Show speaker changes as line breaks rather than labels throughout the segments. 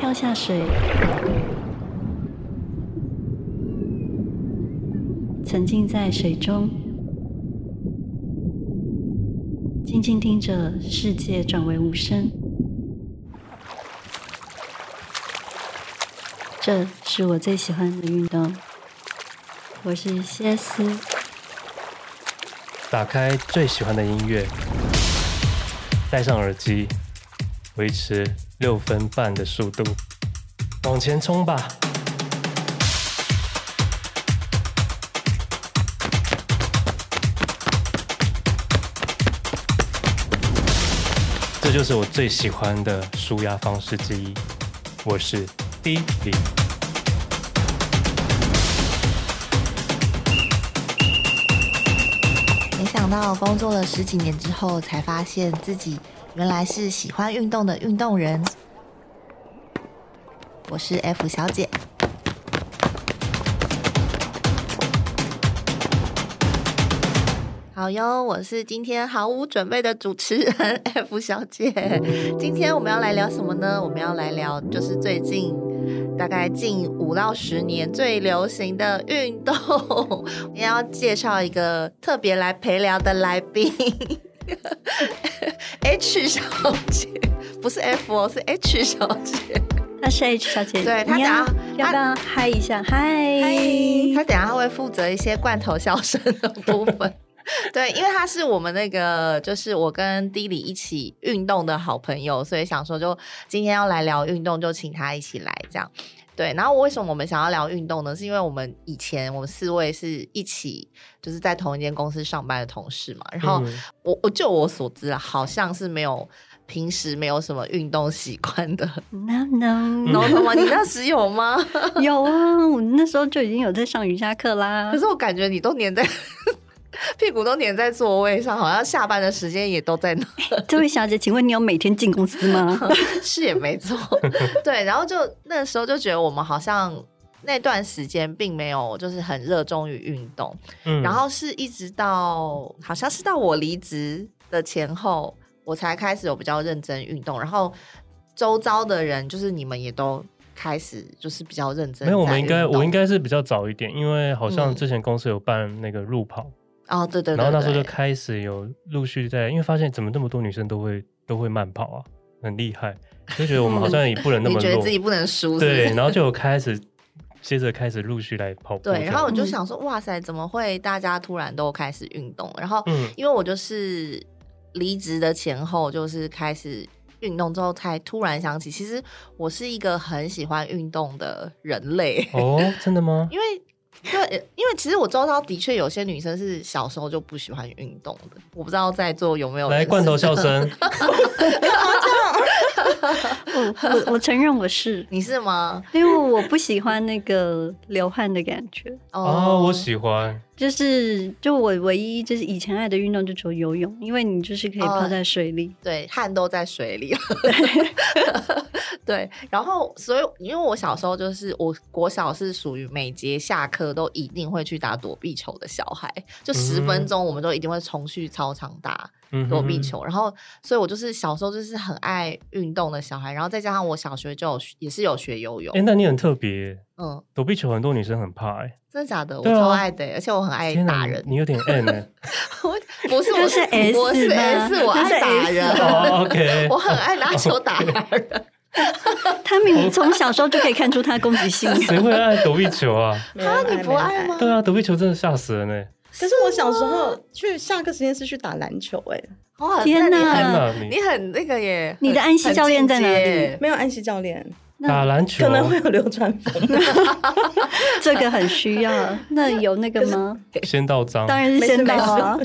跳下水。沉浸在水中，静静听着世界转为无声。这是我最喜欢的运动。我是谢斯，
打开最喜欢的音乐，戴上耳机，维持六分半的速度，往前冲吧！这就是我最喜欢的舒压方式之一。我是 D 李。
没想到工作了十几年之后，才发现自己原来是喜欢运动的运动人。我是 F 小姐，好哟，我是今天毫无准备的主持人 F 小姐。今天我们要来聊什么呢？我们要来聊就是最近大概近五到十年最流行的运动。今天要介绍一个特别来陪聊的来宾，H 小姐，不是 F 哦，是 H 小姐。
她是 H 啊小姐，
对她
你要
讲
要不要嗨一下？嗨，
他等一下会负责一些罐头笑声的部分。 对，因为他是我们那个，就是我跟迪里一起运动的好朋友，所以想说就今天要来聊运动，就请他一起来这样。对，然后为什么我们想要聊运动呢？是因为我们以前我们四位是一起就是在同一间公司上班的同事嘛，然后
嗯
我我就我所知啊，好像是没有平时没有什么运动习惯的。
No No
然后什么？你那时有吗？
有啊，我那时候就已经有在上瑜伽课啦
可。是我感觉你都粘在屁股都粘在座位上，好像下班的时间也都在那，
这位小姐，请问你有每天进公司吗？
是也 没错。对，然后就那时候就觉得我们好像那段时间并没有就是很热衷于运动，
嗯
然后是一直到好像是到我离职的前后，我才开始有比较认真运动，然后周遭的人就是你们也都。开始就是比较认真在
没
运动，
有，我们应该我应
该
该是比较早一点，因为好像
嗯
之前公司有办那个路跑，
哦，对对对
然后那时候就
对
开始有陆续在，因为发现怎么这么多女生都会都会慢跑啊，很厉害，就觉得我们好像也不能那
你
么
觉得
弱
自，己不能输，是不
对，
是
然后就有开始接着开始陆续来跑步这样，
对，然后我就
嗯
想说，哇塞，怎么会大家突然都开始运动？然后
嗯
因为我就是离职的前后，就是开始运动之后，才突然想起，其实我是一个很喜欢运动的人类，
哦，真的吗？
因为。对，因为其实我周遭的确有些女生是小时候就不喜欢运动的，我不知道在座有没有人
来
是
罐头笑声，
我我我承认我是，
你是吗？
因为我不喜欢那个流汗的感觉。
哦，我喜欢，
就是，就我唯一就是以前爱的运动就只有游泳，因为你就是
哦
可以泡在水里。
对，汗都在水里了。 对，然后所以因为我小时候就是我国小是属于每节下课都一定会去打躲避球的小孩，就十分
嗯
钟我们都一定会冲去操场打
嗯，
躲避，球。然后所以我就是小时候就是很爱运动的小孩，然后再加上我小学就有也是有学游泳
哎，，那你很特别，
嗯，
躲避球很多女生很怕，哎，
真的假的？我
对啊
超爱的欸、而且我很爱
天
打
哪
人，，
你有 点 N 哎，
不是我
那是 S
我是
吧
S，我
那是
爱打
S
人，
哦，OK， 哦
我很爱拿球打人。
他明明从小时候就可以看出他攻击 性。
谁会爱躲避球啊？
啊，你不爱吗？
对啊，躲避球真的吓死人
嗯
哎！
可是我小时候去下课时间是去打篮球、哎，
哇
天
哦那你
哪
很
天哪，
你
你
很那个耶，
你的
很
安西教练在哪？
很
里
进阶耶
没有安息教练，
打篮球
可能会有流川枫。
这个很需要。那有那个吗？
先到章，
当然是先到啊。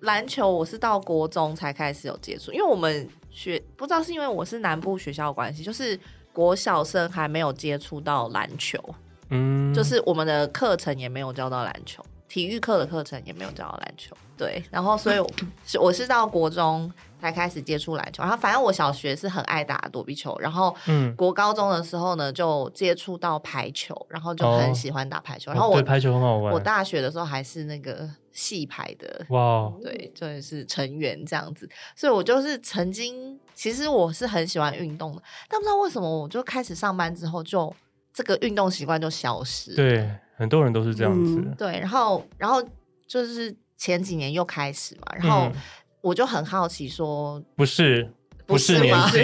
篮球我是到国中才开始有接触，因为我们学不知道是因为我是南部学校的关系，就是国小生还没有接触到篮球，
嗯，
就是我们的课程也没有教到篮 球，体育课的课程也没有教到篮球。对，然后所以我是我是到国中才开始接触篮球。然后反正我小学是很爱打躲避球，然后
嗯
国高中的时候呢就接触到排球，然后就
哦
很喜欢打排球。然后
哦
我
对排球很好玩，
我大学的时候还是那个系排的
哇哦，
对，就是成员这样子。所以我就是曾经，其实我是很喜欢运动的，但不知道为什么，我就开始上班之后就，这个运动习惯就消失。
对，很多人都是这样子，
嗯
对，然后然后就是前几年又开始嘛，然后
嗯
我就很好奇说，
不是
不
是
是
年
吗
纪，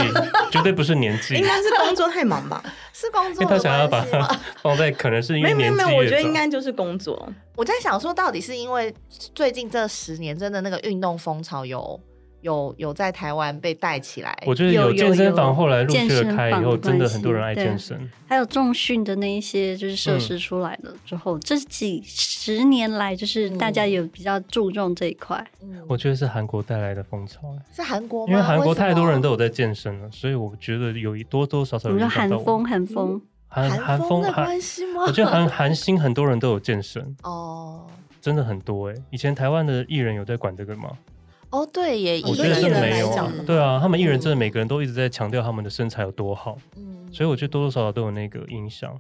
绝对不是年纪
应，该是工作太忙 吧？
是工
因为
作
他
的
想要把
关系
它
吗？
放在，可能是因
没
为
有
年
没有
纪
没有，我
越
觉得应
长
该就是工作。
我在想说，到底是因为最近这十年真的那个运动风潮有有有在台湾被带起来？
我觉得
有有
健身
有
房后来陆续
健
的
身
开以
房
后，
的
真的
关
很多人
系
爱
对
健身。
还有重训的那一些就是设
嗯
施出来了之后，这几十年来就是大家
嗯
有比较注重这一块，
嗯
我觉得是韩国带来的风潮，欸
是韩国吗？
因为韩国太多人都
都
有在健身了，所以我觉得有一多多少少
我
有
们
影
说
响
韩
到我
风，韩风，
韩
韩
韩
风
风
的
韩
关，系吗？
我觉得韩韩星很多人都有健身，
哦
真的很多哎、以前台湾的艺人有在管这个吗？
哦，对耶，
我
以
觉得
艺
是
人
没
来
有啊
讲的。
对啊，他们艺人
嗯
真的每个人都一直在强调他们的身材有多好，
嗯
所以我觉得多多少少都有那个影响，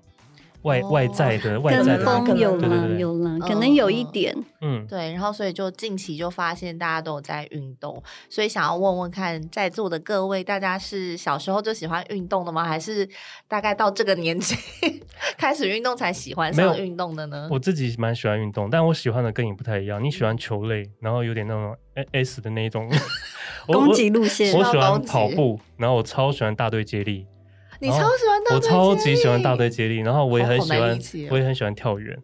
外
哦
外在的外在
跟
的
啦
那
风
个，
有
对对
了
对
有了，可
嗯
能有一
嗯
点，
嗯，
对，然后所以就近期就发现大家都有在运动，所以想要问问看在座的各位，大家是小时候就喜欢运动的吗？还是大概到这个年纪 开始运动才喜欢
没有
上运动的呢？
我自己蛮喜欢运动，但我喜欢的跟你不太一样。你喜欢球类，然后有点那种 S 的那一种 我
攻击路线
我。我
是
喜
要
欢
攻击
跑步，然我超喜欢大队接力，
你超喜欢
哦
大
我
队
超
接
级喜欢
力
大队，接力，然后我也
好
很
好
喜
难
欢
理解，哦
我也很喜欢跳远，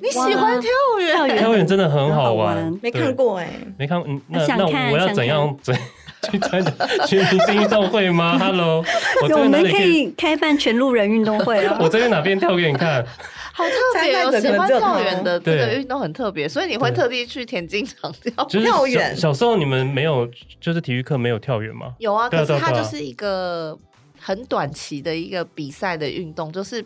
你喜欢跳远？
跳
跳
远
远真的很好玩
玩，
没
对
看。过哎、
没看，嗯那
想
那
看
我要
想
怎样怎 去参加全明星运动会吗？Hello，我这
我
边哪
们
里
可
可以？
以 开办全路人运动会啊
！我这边哪边跳给你看？
好特别哦！
参赛者可
喜
能
欢
只有他
跳远的这个
对
运动很特别，所以你会
对
特地去田径场 跳。
就是
跳
小
远
小时候你们没有，就是体育课没有跳远吗？
有啊，
对啊
可
对
是
啊
它
对
就
啊
是一个很短期的一个比赛的运动，就是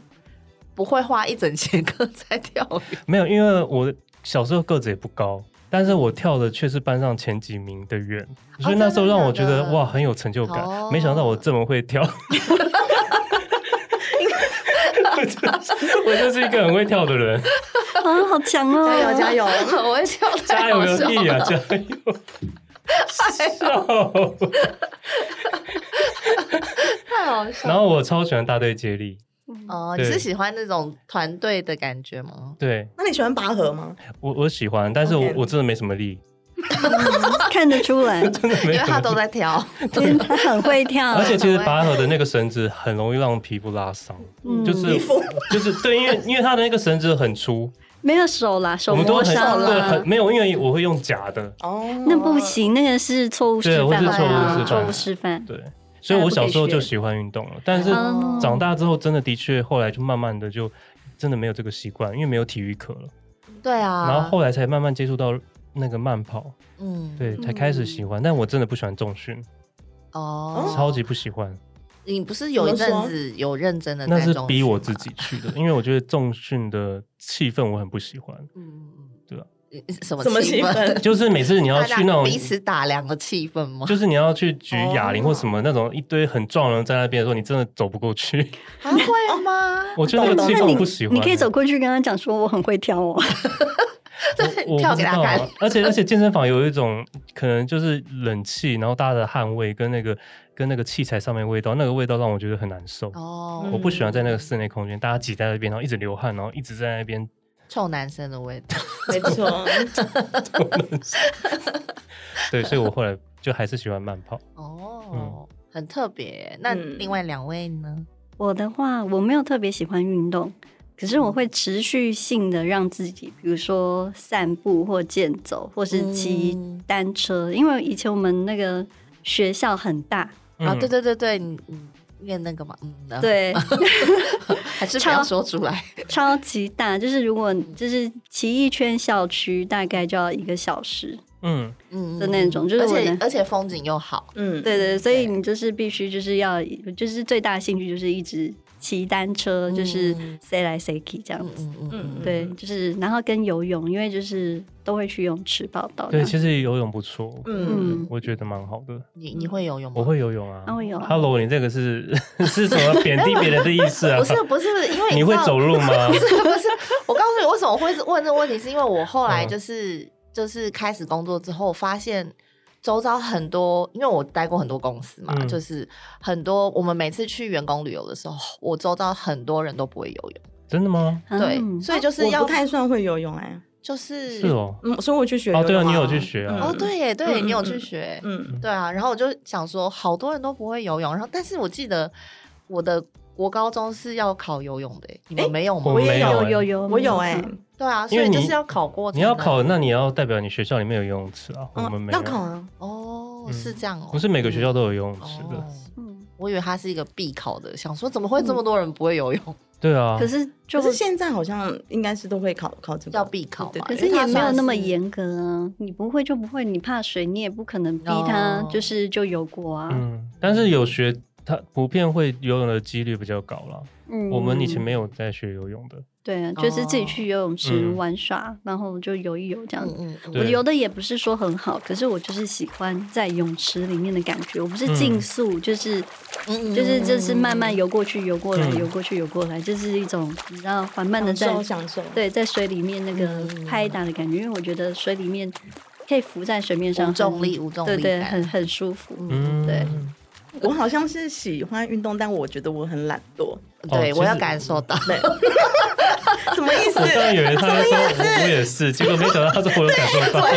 不会花一整节课在跳远。
没有，因为我小时候个子也不高，但是我跳的却是班上前几名的远，所以那时候让我觉
真的
得
假的
哇很有成就感。
哦
没想到我这么会跳， 我就是我就是一个很会跳的人，
啊，好强哦！
加油加油！
我会跳，
加
太
油
好
有
笑
屁啊，
了！
加油！笑。
太好笑
然
了。
后我超喜欢大队接力，
哦，你
对
是喜欢那种团队的感觉吗？
对
那你喜欢拔河吗？
我我喜欢，但是我
OK
我真的没什么力，
嗯看得出来，
真的
因
没
为
什
他
么
都
力。
在跳，
嗯他很会跳，
而且其实拔河的那个绳子很容易让皮肤拉伤，
嗯
就是
衣服
就是对，因为因为它的那个绳子很粗，
没有手啦，手
我们都
磨
很
伤
对
啦
很。没有，因为我会用假的，
哦，
那不行，那个是错误示范啊
对
嘛，
我是错
错
误示范
误示范。
对，所以我小时候就喜欢运动了，但是
哦
嗯
长大之后真的的确后来就慢慢的就真的没有这个习惯，因为没有体育课了，
对啊。
然后后来才慢慢接触到那个慢跑，
嗯，
对，才开始喜欢，但我真的不喜欢重训，
哦，
超级不喜欢，
你不是有一阵子有认真的
那
嗯在
是
中
逼我
学
自
吗，
己去 的，因为我觉得重训的气氛我很不喜欢，
嗯，嗯嗯
对啊
什么
什么
气
气氛？
就是每次你要
大
去
家
那种
彼此打量的气氛吗？
就是你要去举哑铃
哦
或什么那种一堆很壮的人在那边的时候，你真的走不过 去。
啊，会吗？
我觉得那个气
那你
氛不喜欢。
你可以走过去跟他讲说我很会跳哦，
我，我
跳
不
给
知
他
道啊
看。
而且而且健身房有一种可能就是冷气，然后大家的汗味跟那个跟那个器材上面的味道，那个味道让我觉得很难受。
哦，
我不啊喜欢在那个室内空间，大家挤在那边，然后一直流汗，然后一直在那边。
臭男生的味道。
没错，
对，所以我后来就还是喜欢慢跑。
哦，
嗯
很特别。那
嗯
另外两位呢？
我的话，我没有特别喜欢运动，可是我会持续性的让自己，比如说散步或健走，或是骑
嗯
单车，因为以前我们那个学校很大，
啊，对
对，
对对对，你你念那个嘛，嗯，呃，
对，
还是不要说出来。
超级大，就是如果就是骑一圈校区，大概就要一个小时。
嗯，
嗯
的那种就是
而
我
且
的
而且风景又好。
嗯，
对对，所以你就是必须就是要就是最大兴趣就是一直骑单车，就是
嗯
塞来塞去这样
嗯
子。
嗯嗯嗯，
对，就是然后跟游泳，因为就是都会去游泳池报道的。
对，其实游泳不错，
嗯，
嗯，
我觉得蛮好的。
你你会游泳吗？
我会游泳啊
啊我有啊
Hello，你这个是是什么贬低别人的意思啊
不？是不是，因为
你
知
会
道
走路吗？
不是，我告诉你为什么我会问这个问题，是因为我后
嗯
来就是、就是开始工作之后，发现周遭很多，因为我待过很多公司嘛，
嗯
就是很多我们每次去员工旅游的时候，我周遭很多人都不会游泳，
真的吗？
对，
嗯
所以就是
啊哎我
要
不太算会游泳哎，
就是
是哦，
嗯，所以我去学游
哦，
泳。
对啊，你有去学啊
哦？对耶，对
嗯
你有
嗯
去
嗯
学，
嗯，
对啊，然后我就想说，好多人都不会游泳，然后但是我记得我的国高中是要考游泳的耶，你们
诶
没有吗？
我没有
有
欸
有有，
我有哎，
对啊，所
因为
以就
你
是要考过，
你要考，那你要代表你学校里面有游泳池啊？我们
嗯，
没
要考
有，
啊，
哦，
嗯
是这样哦，
不是每个学校都有游泳池
哦
的。
嗯，
我以为它是一个必考的，想说怎么会这么多人不会游
嗯
泳？
对啊
可，是就
可是现在好像应该是都会考考这个，
要必考嘛
对
可
对
是
对
也没有那么严格啊，你不会就不会，你怕水，你也不可能逼他
哦
就是就游过啊。
嗯，但是有学，它普遍会游泳的几率比较高啦。
嗯，
我们以前没有在学游泳的，
对啊，就是自己
哦
去游泳池
嗯
玩耍，然后就游一游这样
嗯
子。
嗯
我
对
游的也不是说很好，可是我就是喜欢在泳池里面的感觉。我不是竞
嗯
速，就是
嗯
就是就是慢慢游过去，游过来，
嗯
游过去，游过来，就是一种你知道缓慢的在
享受享受。
对在水里面那个
嗯
拍打的感觉，因为我觉得水里面可以浮在水面上
无
很，
重力，无重力
对对，
感
很很舒服。
嗯，
对
我好像是喜欢运动，但我觉得我很懒惰，
嗯对
哦
我要
其实
感受到。
什么意思
我？刚刚以为他在说我我也 是，结果没想到他说我有感受到。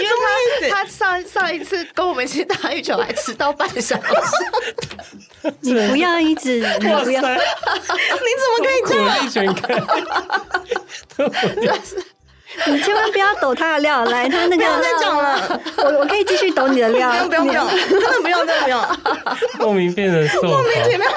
因为他他上上一次跟我们一起打羽球还迟到半小时，
你不要一直，你
哇
不要
塞，你怎么可以这 样？力全开，
你千万不要抖他的料，来，他那个不
要再讲了，
我我可以继续抖你的料
不，用不用不用，真的不用真的不用。
莫名变成瘦，莫名其妙。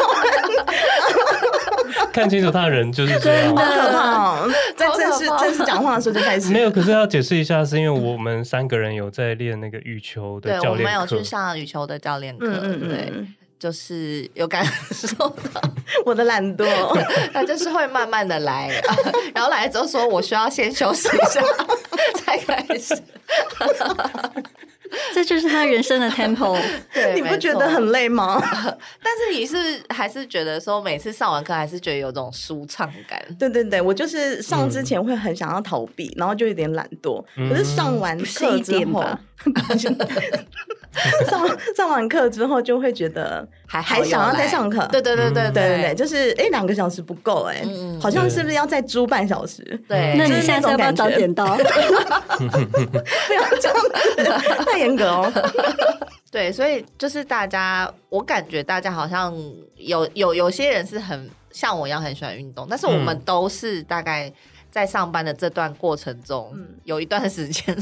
看清楚他的人就是这样
真。
好可怕哦！在
好可
正式
怕
正式讲话的时候就开始
没有，可是要解释一下，是因为我们三个人有在练那个羽球
对
的
我
教
们
练
有
课
去，上羽球的教练课，
嗯嗯
对，
嗯，
就是有感受到，
我的懒惰，
他就是会慢慢的来， 然后来之后说我需要先休息一下 才开始，
这就是他人生的 tempo。
对，
你不
没
觉
错
得很累吗？
但是你是还是觉得说，每次上完课还是觉得有种舒畅感。
对对对，我就是上之前会很想要逃避，然后就有点懒惰。
嗯
可是上完课之
是一点
后
吧，
上上完课之后就会觉得
还好
还想要再上课。
对对对对
嗯
对对对，就是哎，两个小时不够哎
嗯嗯，
好像是不是要再租半小时？
对，
那
就
你
是
下
那
次要
种
不要
感
早
觉
点到？
不要这样子，太严格哦。
对，所以就是大家，我感觉大家好像有有有些人是很像我一样很喜欢运动，但是我
嗯
们都是大概在上班的这段过程中，
嗯
有一段时间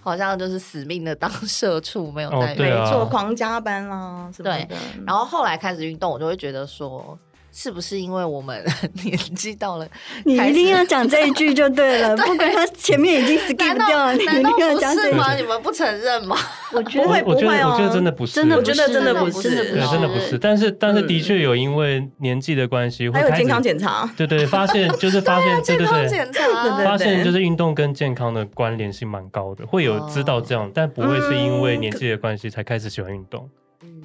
好像就是死命的当社畜，没有
哦
在运动、
对啊
做狂加班啦什么的。
对然后后来开始运动，我就会觉得说，是不是因为我们 年纪到了，
你
开
一
始
定要讲这一句就对了，不管他前面已经 skip
难道
掉了，你一
难
定
道
要
不
讲
是
这一句。
吗？你们不承认吗？
我觉得
会
我我觉得
不会哦
我觉得真的不是，
真的
我觉得真的
不
不
是，
是
真
对
的
真的不是。但是但是的确有因为年纪的关系，会
还有
开始
健康检查，
对对，发现 就是发现，对
健
对
康
对。
检查，
对
发现就是运动跟健康的关联性蛮高的，会有知道这样，但不会是因为年纪的关系才开始喜欢运动。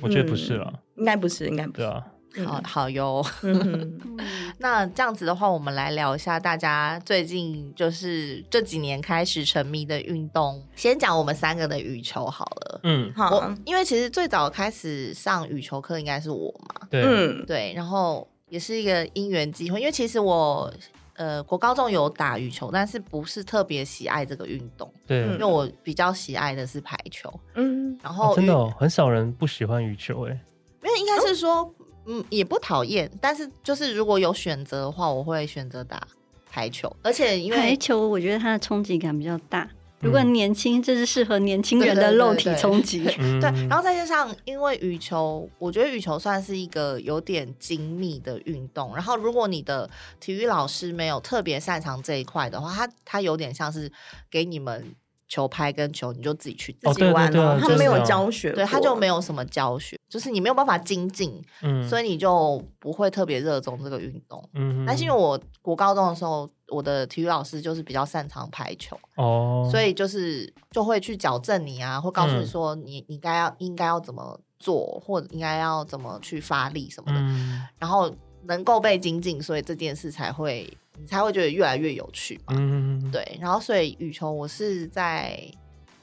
我觉得不是啦，
应该不是，应该不
对
是。
啊，
好好哟。
嗯哼
嗯
那这样子的话，我们来聊一下大家最近就是这几年开始沉迷的运动。先讲我们三个的羽球好了。
嗯，
好啊
我，因为其实最早开始上羽球课应该是我嘛，
对，
嗯，
对，然后也是一个因缘机会，因为其实我呃国高中有打羽球，但是不是特别喜爱这个运动，
对，啊
嗯
因为我比较喜爱的是排球，
嗯，
然
哦
后
真
羽
的、哦、很少人不喜欢羽球哎诶、
因为应
哦
该是说，嗯，也不讨厌，但是就是如果有选择的话，我会选择打排球，而且因
排
为
球我觉得它的冲击感比较大。如果
嗯
年轻，这是适合年轻
对
人
对
的
对
肉
对
体
对
冲击。
嗯，
对，然后再加上因为羽球，我觉得羽球算是一个有点精密的运动，然后如果你的体育老师没有特别擅长这一块的话，他他有点像是给你们。球拍跟球，你就自己去自
哦
己玩
对对对啊
了。
他
就
没
是
有教学，
对他就没。有什么教学，就是你没有办法精进，
嗯，
所
以
以你就不会特别热衷这个运动。
嗯
但是因为我国高中的时候，我的体育老师就是比较擅长排球，
哦，
所以就是就会去矫正你啊，会告诉你
嗯
说你你该要应该要怎么做，或者应该要怎么去发力什么的。
嗯
然后能够被精进，所以这件事才会你才会觉得越来越有趣嘛。
嗯，
对，然后所以羽球我是在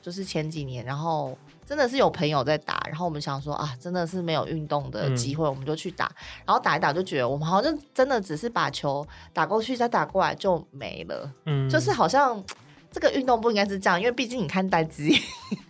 就是前几年，然后真的是有朋友在打，然后我们想说啊，真的是没有运动的
嗯
机会，我们就去打，然后打一打就觉得我们好像就真的只是把球打过去再打过来就没了，
嗯
就是好像。这个运动不应该是这样，因为毕竟你看单机，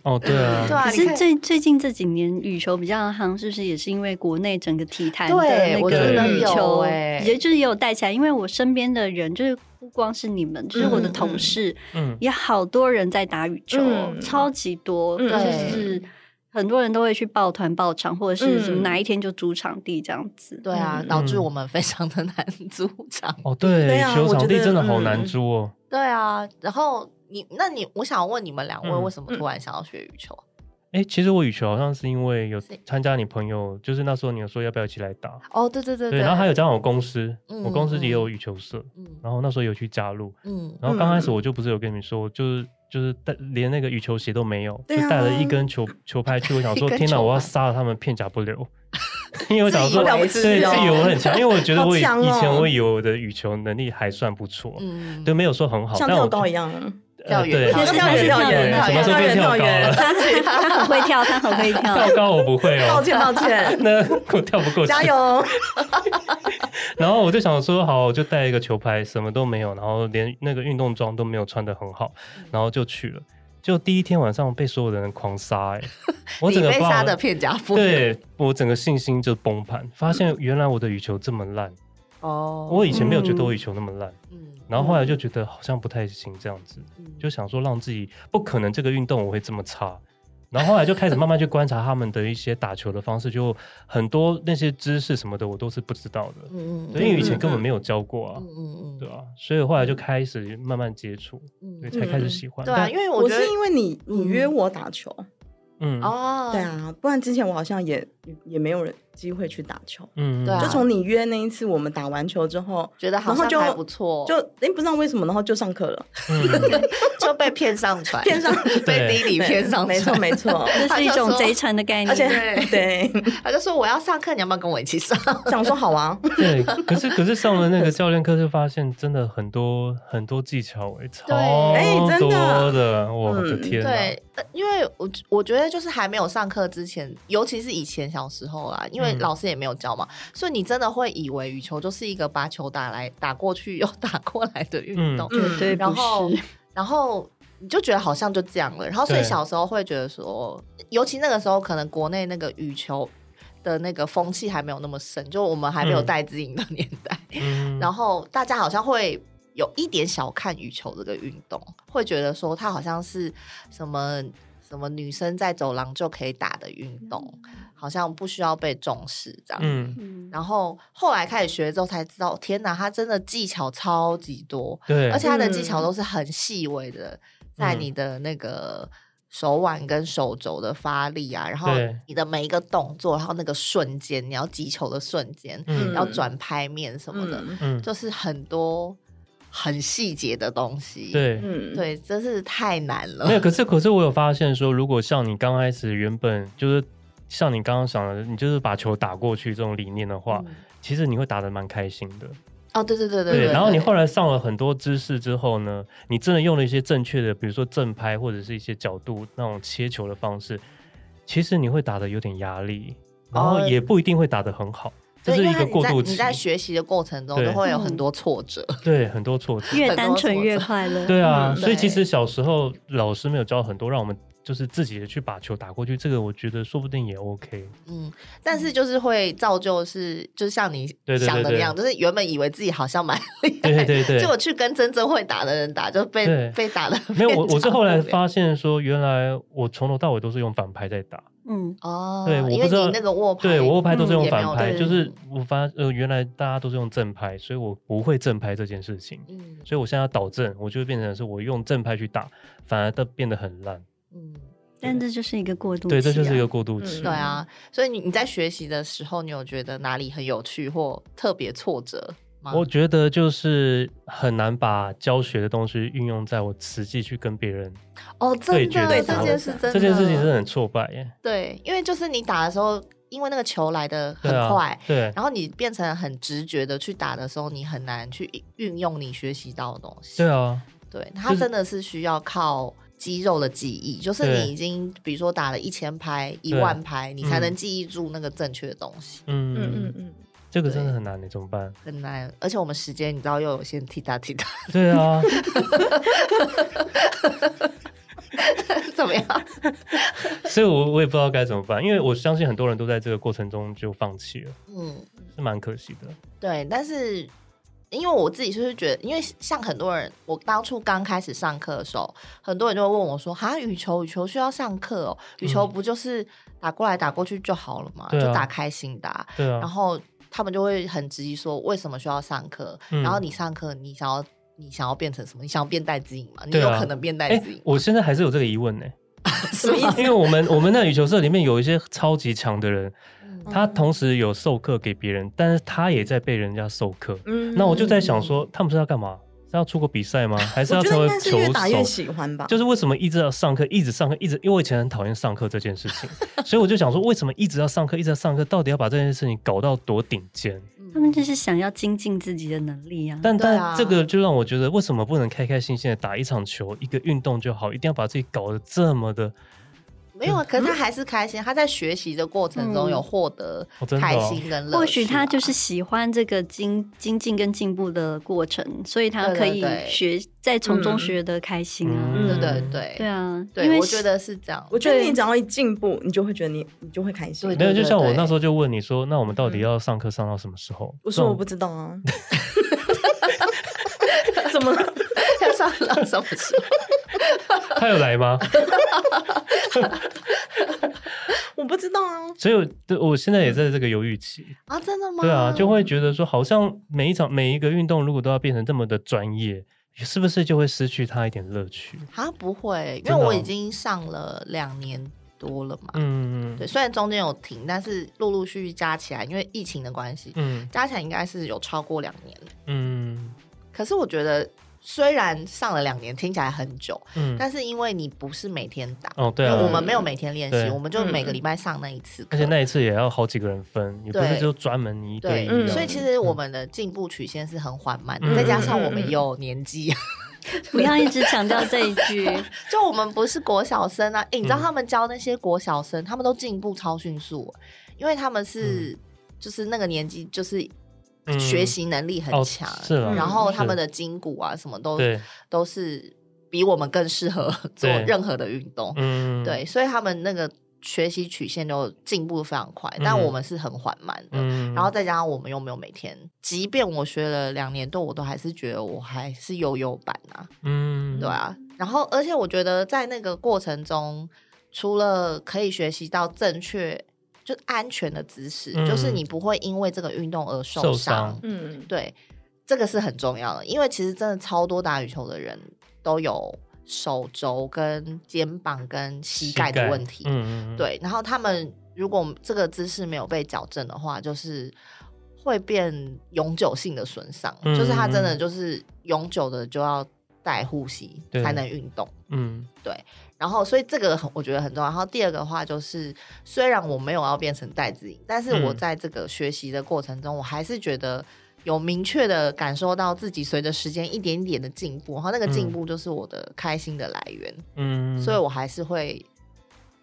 哦，对啊，
对啊，
可
你
是
看
最最近这几年羽球比较夯，是不是也是因为国内整个体坛的
对
那
我觉
个
得
羽
有
球，
欸
也就是也有带起来？因为我身边的人就是不光是你们，就是我的同事、
嗯
也好多人在打羽球，
嗯
超级多，
嗯
就是很多人都会去抱团抱场，或者是什么
嗯
哪一天就租场地这样子。
对啊，
嗯
导致
嗯
我们非常的难租场。
哦，对，
对
羽
啊
球
我
场
觉
地
得
真的好
嗯
难租哦。
对啊，然后你，那你，我想问你们两位，
嗯
为什么突然想要学羽球？
哎，其实我羽球好像是因为有
是
参加你朋友，就是那时候你有说要不要一起来打，
哦，对对对
对，然后还有加上我公司，我公司也有羽球社，
嗯
然后那时候有去加入，
嗯
然后刚开始我就不是有跟你们说，就是就是带连那个羽球鞋都没有，就
对啊
带了一根球球拍去，我想 说
一根
天哪，
球
我要
拍
杀了他们片甲不留， 因为我想
自己以
说
为
对
自
自
己哦
己以为我很强，因为我觉得我以
好强哦
以前我以为我的羽球能力还算不错，
嗯
对，没有说很好，
像
但
跳
我
高一样啊，
呃
跳远
对，
跳
什
远
么时候
跳远
对什么时候
跳
变
远
跳高
跳远
了？
他他很会跳，他很会跳
跳。高我不会
抱
哦，
歉 抱歉，
那我跳不过去，
加油！
然后我就想说，好，我就带一个球拍，什么都没有，然后连那个运动装都没有穿的很好，
嗯
然后就去了。就第一天晚上被所有的人狂杀、 欸，我
你
整个
被
爆
杀
了
的片甲不留
对我整个信心就崩盘，发现原来我的羽球这么烂，
哦，
我以前没有觉得我羽球那么烂，
嗯
然后后来就觉得好像不太行这样子，
嗯
就想说让自己不可能这个运动我会这么差。然后后来就开始慢慢去观察他们的一些打球的方式，就很多那些姿势什么的我都是不知道的，
嗯
对，因为以前根本没有教过啊。
嗯嗯嗯
对啊，所以我后来就开始慢慢接触，
嗯
对，
嗯
才开始喜欢。
对啊，因为
我
觉
是
得
因为你，你
嗯
约我打球，
嗯
哦，
对，啊，不然之前我好像也也没有人机会去打球。
嗯，
对啊
就从你约那一次，我们打完球之后，
觉得好
然
像
后就
还不错，
就哎、不知道为什么，然后就上课了，
嗯
就被骗上船，
骗上
对
被弟弟骗上船，
没错没 错，
这是一种贼船的概念，
而且
对
对，
他就说我要上课，你要不要跟我一起上？
想说好啊，
对。可是可是上了那个教练课，就发现真的很多很多技巧哎，
哎
超
真的
多的，我的
嗯
天哪！
对，呃因为我我觉得就是还没有上课之前，尤其是以前小时候啦，因为
嗯
老师也没有教嘛，所以你真的会以为羽球就是一个把球打来打过去又打过来的运动，
嗯
绝对
嗯然
不
后
是。
然后你就觉得好像就这样了。然后所以
对
小时候会觉得说，尤其那个时候可能国内那个羽球的那个风气还没有那么盛，就我们还没有
嗯
戴资颖的年代，
嗯
然后大家好像会有一点小看羽球这个运动，会觉得说它好像是什么什么女生在走廊就可以打的运动，好像不需要被重视这样。
嗯，
嗯
然后后来开始学之后才知道，天哪，它真的技巧超级多，
对，嗯
而且它的技巧都是很细微的，在你的那个。手腕跟手肘的发力啊，然后
对
你的每一个动作，然后那个瞬间，你要击球的瞬间，
嗯
要转拍面什么的，
嗯
嗯
就是很多很细节的东西。
对。
嗯，
对，真是太难了。
没有，可是可是我有发现说，如果像你刚开始原本就是像你刚刚想的，你就是把球打过去这种理念的话，
嗯
其实你会打得蛮开心的。
哦，对对对对
对，然后你后
来
来上了很多姿势之后呢，你真的用了一些正确的，比如说正拍或者是一些角度那种切球的方式，其实你会打的有点压力，然后
哦
也不一定会打的很好，这是一个过渡
你在你在
期，
学习的过程中
对
都会有很多挫折。
对，很 多挫折。
越单纯越快乐。
对啊，
嗯
所以其
对
实小时候老师没有教很多让我们就是自己去把球打过去，这个我觉得说不定也 OK。
嗯，但是就是会造就是，就像你
对对对
想的那
对
样，就是原本以为自己好像蛮厉害，
对对对
结果去跟真正会打的人打，就被
对
被打的
没有，我 我是后来发现说，原来我从头到尾都是用反拍在打，
嗯，
哦，
对我
因为
不知道
你那个握拍，
对我后拍都是
嗯
用
也没有
反拍，
对
就是我发呃原来大家都是用正拍，所以我不会正拍这件事情，
嗯
所以我现在要导正，我就会变成是我用正拍去打，反而都变得很烂。
嗯，
但这就是一个过渡期、啊，
对，这就是一个过渡
嗯
期。
对啊，所以你你在学习的时候，你有觉得哪里很有趣或特别挫折吗？
我觉得就是很难把教学的东西运用在我实际去跟别人，
哦，真
对觉
的
得
这
挫
件
折
事真的
这件事情是很挫败耶。
对，因为就是你打的时候，因为那个球来的很
对啊
快。
对，
然后你变成很直觉的去打的时候，你很难去运用你学习到的东西。
对啊，
对，它
就是
真的是需要靠肌肉的记忆，就是
对
你已经比如说打了一千拍、一
对
万拍，你
嗯
才能记忆住那个正确的东西，
嗯
嗯嗯
嗯，
嗯，
这个真的很难，你怎么办？
很难。而且我们时间你知道又有些踢打踢打，
对啊，
怎么样？
所以我我也不知道该怎么办，因为我相信很多人都在这个过程中就放弃了，
嗯，
是蛮可惜的。
对。但是因为我自己就是觉得，因为像很多人，我当初刚开始上课的时候，很多人就会问我说：“哈，羽球，羽球需要上课哦？羽球
嗯
不就是打过来打过去就好了嘛，
对啊
就打开心的啊、
对啊
然，后他们就会很质疑说，为什么需要上课？
嗯
然后你上课，你想要你想要变成什么？你想要变戴资颖吗？你
对
有
啊
可能变戴
哎
资颖，，
我现在还是有这个疑问呢、
什么意思？
因为我们我们那羽球社里面有一些超级强的人，
嗯
他同时有授课给别人，但是他也在被人家授课。
嗯
那我就在想说，他们是要干嘛？是要出国比赛吗？还是
我
要
觉
成
得应
为
该是
球
越打越啊
手？
喜欢吧，
就是为什么一直要上课，一直上课，一直，因为我以前很讨厌上课这件事 情，所以我就想说，为什么一直要上课，一直要上课，到底要把这件事情搞到多顶尖？
嗯
他们就是想要精进自己的能力啊。
但
对啊
但这个就让我觉得，为什么不能开开心心的打一场球，一个运动就好，一定要把自己搞得这么的
没有啊，可是他还是开心，他在学习的过程中
嗯
有获得
哦真的哦
开心跟乐趣啊、
或许他就是喜欢这个精精进跟进步的过程，所以他
对对
可以
对
学在从中
嗯
学得开心啊。
嗯
对对对
对啊，因
对，
为
我觉得是这样。
我觉得
对
你只要一进步，你就会觉得你你就会开心
对。
没有，就像我
对嗯
那时候就问你说，那我们到底要上课上到什么时候？
我说我
这种
不知道啊，怎么了？
他上了什么时候？
他有来吗？
我不知道啊，
所以我对我现在也在这个犹豫期。
啊，真的吗？
对啊，就会觉得说，好像每一场每一个运动如果都要变成这么的专业，是不是就会失去它一点乐趣？
啊不会，因
真的
为
哦
我已经上了两年多了嘛。
嗯
对，虽然中间有停，但是陆陆续续加起来，因为疫情的关系，
嗯
加起来应该是有超过两年了。
嗯
可是我觉得，虽然上了两年听起来很久，
嗯嗯，
但是因为你不是每天打，
哦对
因
啊
为，我们没有每天练习，
对
我们就每个礼拜上那一次课
而且那一次也要好几个人分，也不
对
是就专门你一对
对
一，
嗯
这样
所以其实我们的进步曲线是很缓慢的，
嗯
再加上我们有年纪，
不要一直强调这一句，
就我们不是国小生啊。诶，你知
嗯
道他们教那些国小生，他们都进步超迅速，因为他们是就是那个年纪就是
嗯
学习能力很
哦
强，
是啊，
然后他
是
们的筋骨啊什么都
对，
都是比我们更适合做
对
任何的运动，
嗯，
对，所以他们那个学习曲线都进步得非常快，但
嗯
我们是很缓慢的。
嗯，
然后再加上我们又没有每天，即便我学了两年多，我都还是觉得我还是悠悠版啊，
嗯，
对啊。然后，而且我觉得在那个过程中，除了可以学习到正确就安全的姿势，
嗯
就是你不会因为这个运动而受
受
伤，
伤
嗯，
对，这个是很重要的，因为其实真的超多打羽球的人都有手肘、跟肩膀、跟膝盖的问题。
嗯嗯，嗯，
对，然后他们如果这个姿势没有被矫正的话，就是会变永久性的损伤，
嗯
就是他真的就是永久的就要戴护膝
对
才能运动。
嗯
然后，所以这个很我觉得很重要。然后第二个的话就是，虽然我没有要变成戴子颖，但是我
嗯
在这个学习的过程中，我还是觉得有明确的感受到自己随着时间一点点的进步，然后那个进
嗯
步就是我的开心的来源，
嗯，
所以我还是会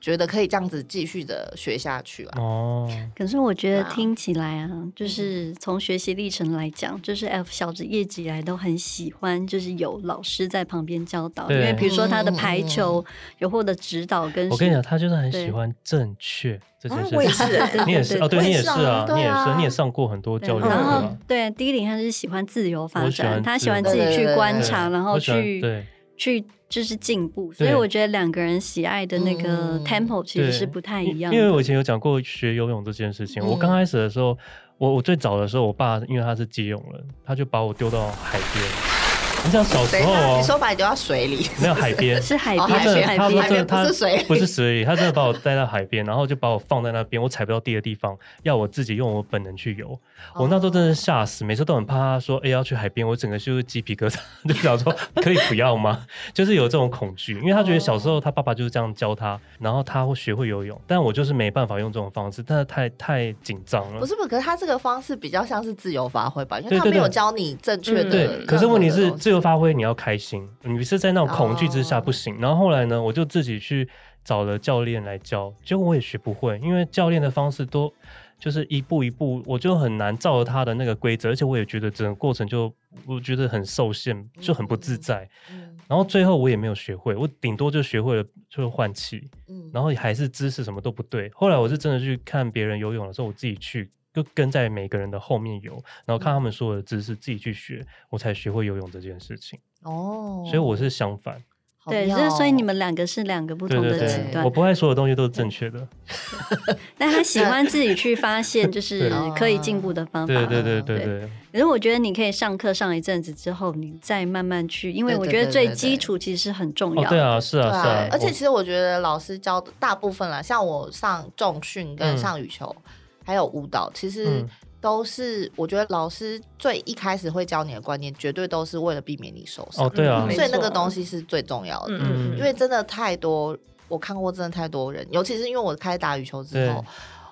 觉得可以这样子继续的学下去啊。
哦，
可是我觉得
对啊
听起来啊，就是从学习历程来讲，就是 F 小子一直以来都很喜欢，就是有老师在旁边教导，因
对
为比如说他的排
嗯嗯嗯
球有获得指导跟
我跟你
是
讲，他就是很
对
喜欢正确这件
啊
事
我也
情。
是
哎
欸
你也是哦，对你也是
我也是
啊
啊，
你也
对
是，
啊
你也上过很多教育
对，
课
然后
啊。
对第一林他是喜欢自由发
我喜欢
展，他
自
喜欢
由
自己
对对
去
对
观
对
察，然后
我喜欢
去
对
去就是进步。所以
对
我觉得两个人喜爱的那个
嗯
tempo 其
对，
实是不太
因
一样
因为
的。
我以前有讲过学游泳这件事情，我刚
嗯
开始的时候，我我最早的时候，我爸因为他是基隆人，他就把我丢到海边。你想小 时
等一
候
下，
哦嗯
你，说把你丢到 水里，
没有海边，
是海
哦
边，
海
是
边
海
他
边
他
海
真
边
的他
不是水里
不是水里，他真的把我带到海边，然后就把我放在那边，我踩不到地的地方，要我自己用我本能去游。我那时候真的是吓死，每次都很怕他说哎、要去海边，我整个就是鸡皮疙瘩，就想说可以不要吗？ 就是有这种恐惧，因为他觉得小时候他爸爸就是这样教他，然后他会学会游泳，但我就是没办法用这种方式，但是太太紧张了
不。是不是，可是他这个方式比较像是自由发挥吧，因为
对
他
对
没有
对
教你正
嗯
确的。
对，可是问题是自由发挥，你要开心，你是在那种恐惧之下不行。然后后来呢，我就自己去找了教练来教，结果我也学不会，因为教练的方式都就是一步一步，我就很难照着他的那个规则，而且我也觉得整个过程就我觉得很受限，就很不自在。
嗯
然后最后我也没有学会，我顶多就学会了就是换气，
嗯
然后还是姿势什么都不对。后来我是真的去看别人游泳的时候，我自己去就跟在每个人的后面游，然后看他
嗯
们所有的姿势，自己去学，我才学会游泳这件事情。
哦，
所以我是相反，
好
对，
妙
就是所以
哦
你们两个是两个不
对
同
对
的极
对，
端
我。不爱所有东西都是正确的。
但他喜欢自己去发现， 就是
对
可以进步的方法。
对
啊
对对
对
对对，哦
可是我觉得你可以上课上一阵子之后，你再慢慢去，因为
对对
我觉得
对
最
对
基
对
础其实是很重
哦
要。
对啊，是啊
对
是啊
啊，，而且
我
其实我觉得老师教的大部分啦，像我上重训跟
嗯
上羽球，还有舞蹈，其实
嗯
都是、我觉得老师最一开始会教你的观念，绝对都是为了避免你受伤，
哦对啊
嗯，没
所以那个
错
东西是最重要的，
嗯
因为真的太多，我看过真的太多人，尤其是因为我开始打羽球之后
对。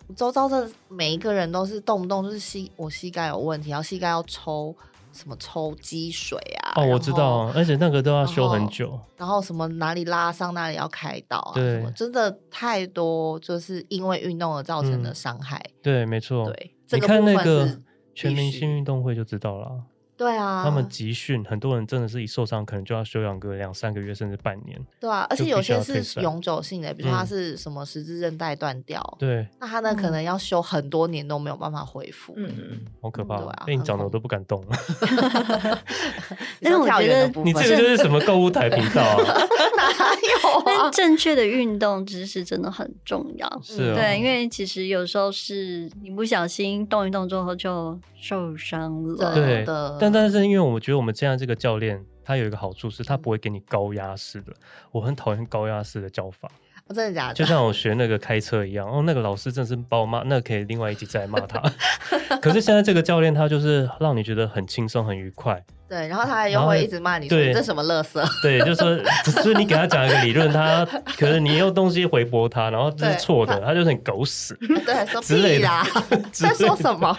我周遭的每一个人都是动不动就是膝，我膝盖有问题，然后膝盖要抽什么抽积水啊。
哦我
然
知
后
道啊，而且那个都要
然
修很
后
久。
然后什么哪里拉伤哪里要开刀啊，
对
什么真的太多，就是因为运动而造成的伤害。
对，没错。
对，这
嗯哦你
个部
看
分
那
是
个全明
须
星运动会就知道了啊。
对啊，
他们集训，很多人真的是一受伤，可能就要休养个两三个月，甚至半年。
对啊，而且
就
有
必须要
些
退赛
是永久性的，比如
嗯
说他是什么十字韧带断掉，
对，
那他呢可能要修很多年都没有办法恢复。
嗯嗯，
好可怕
对
哦
啊！
被你
很
讲的我
恐
都不敢动了。
你说
但我
跳
觉
远的
得
部
你
分
这个 就是什么购物台频道啊？
哪有
但
啊？
正确的运动知识真的很重要。
是哦，
对，因为其实有时候是你不小心动一动之后就受伤了。
真
对
的
但但是因为我觉得我们现在这个教练，他有一个好处是，他不会给你高压式的。我很讨厌高压式的教法，
哦 真的假
就
的？
像我学那个开车一样。哦，那个老师真是把我骂，那可以另外一集再来骂他。 可是现在这个教练，他就是让你觉得很轻松、很愉快。
对，然后他
然
又
后
会一直骂你说
对
你这什么垃圾，
对，就是说只是你给他讲一个理论，他可能你用东西回驳他，然后这是
对
错的，他就是很狗屎
对，说
之类
屁
的
啦，
之
在
类的，
说什么？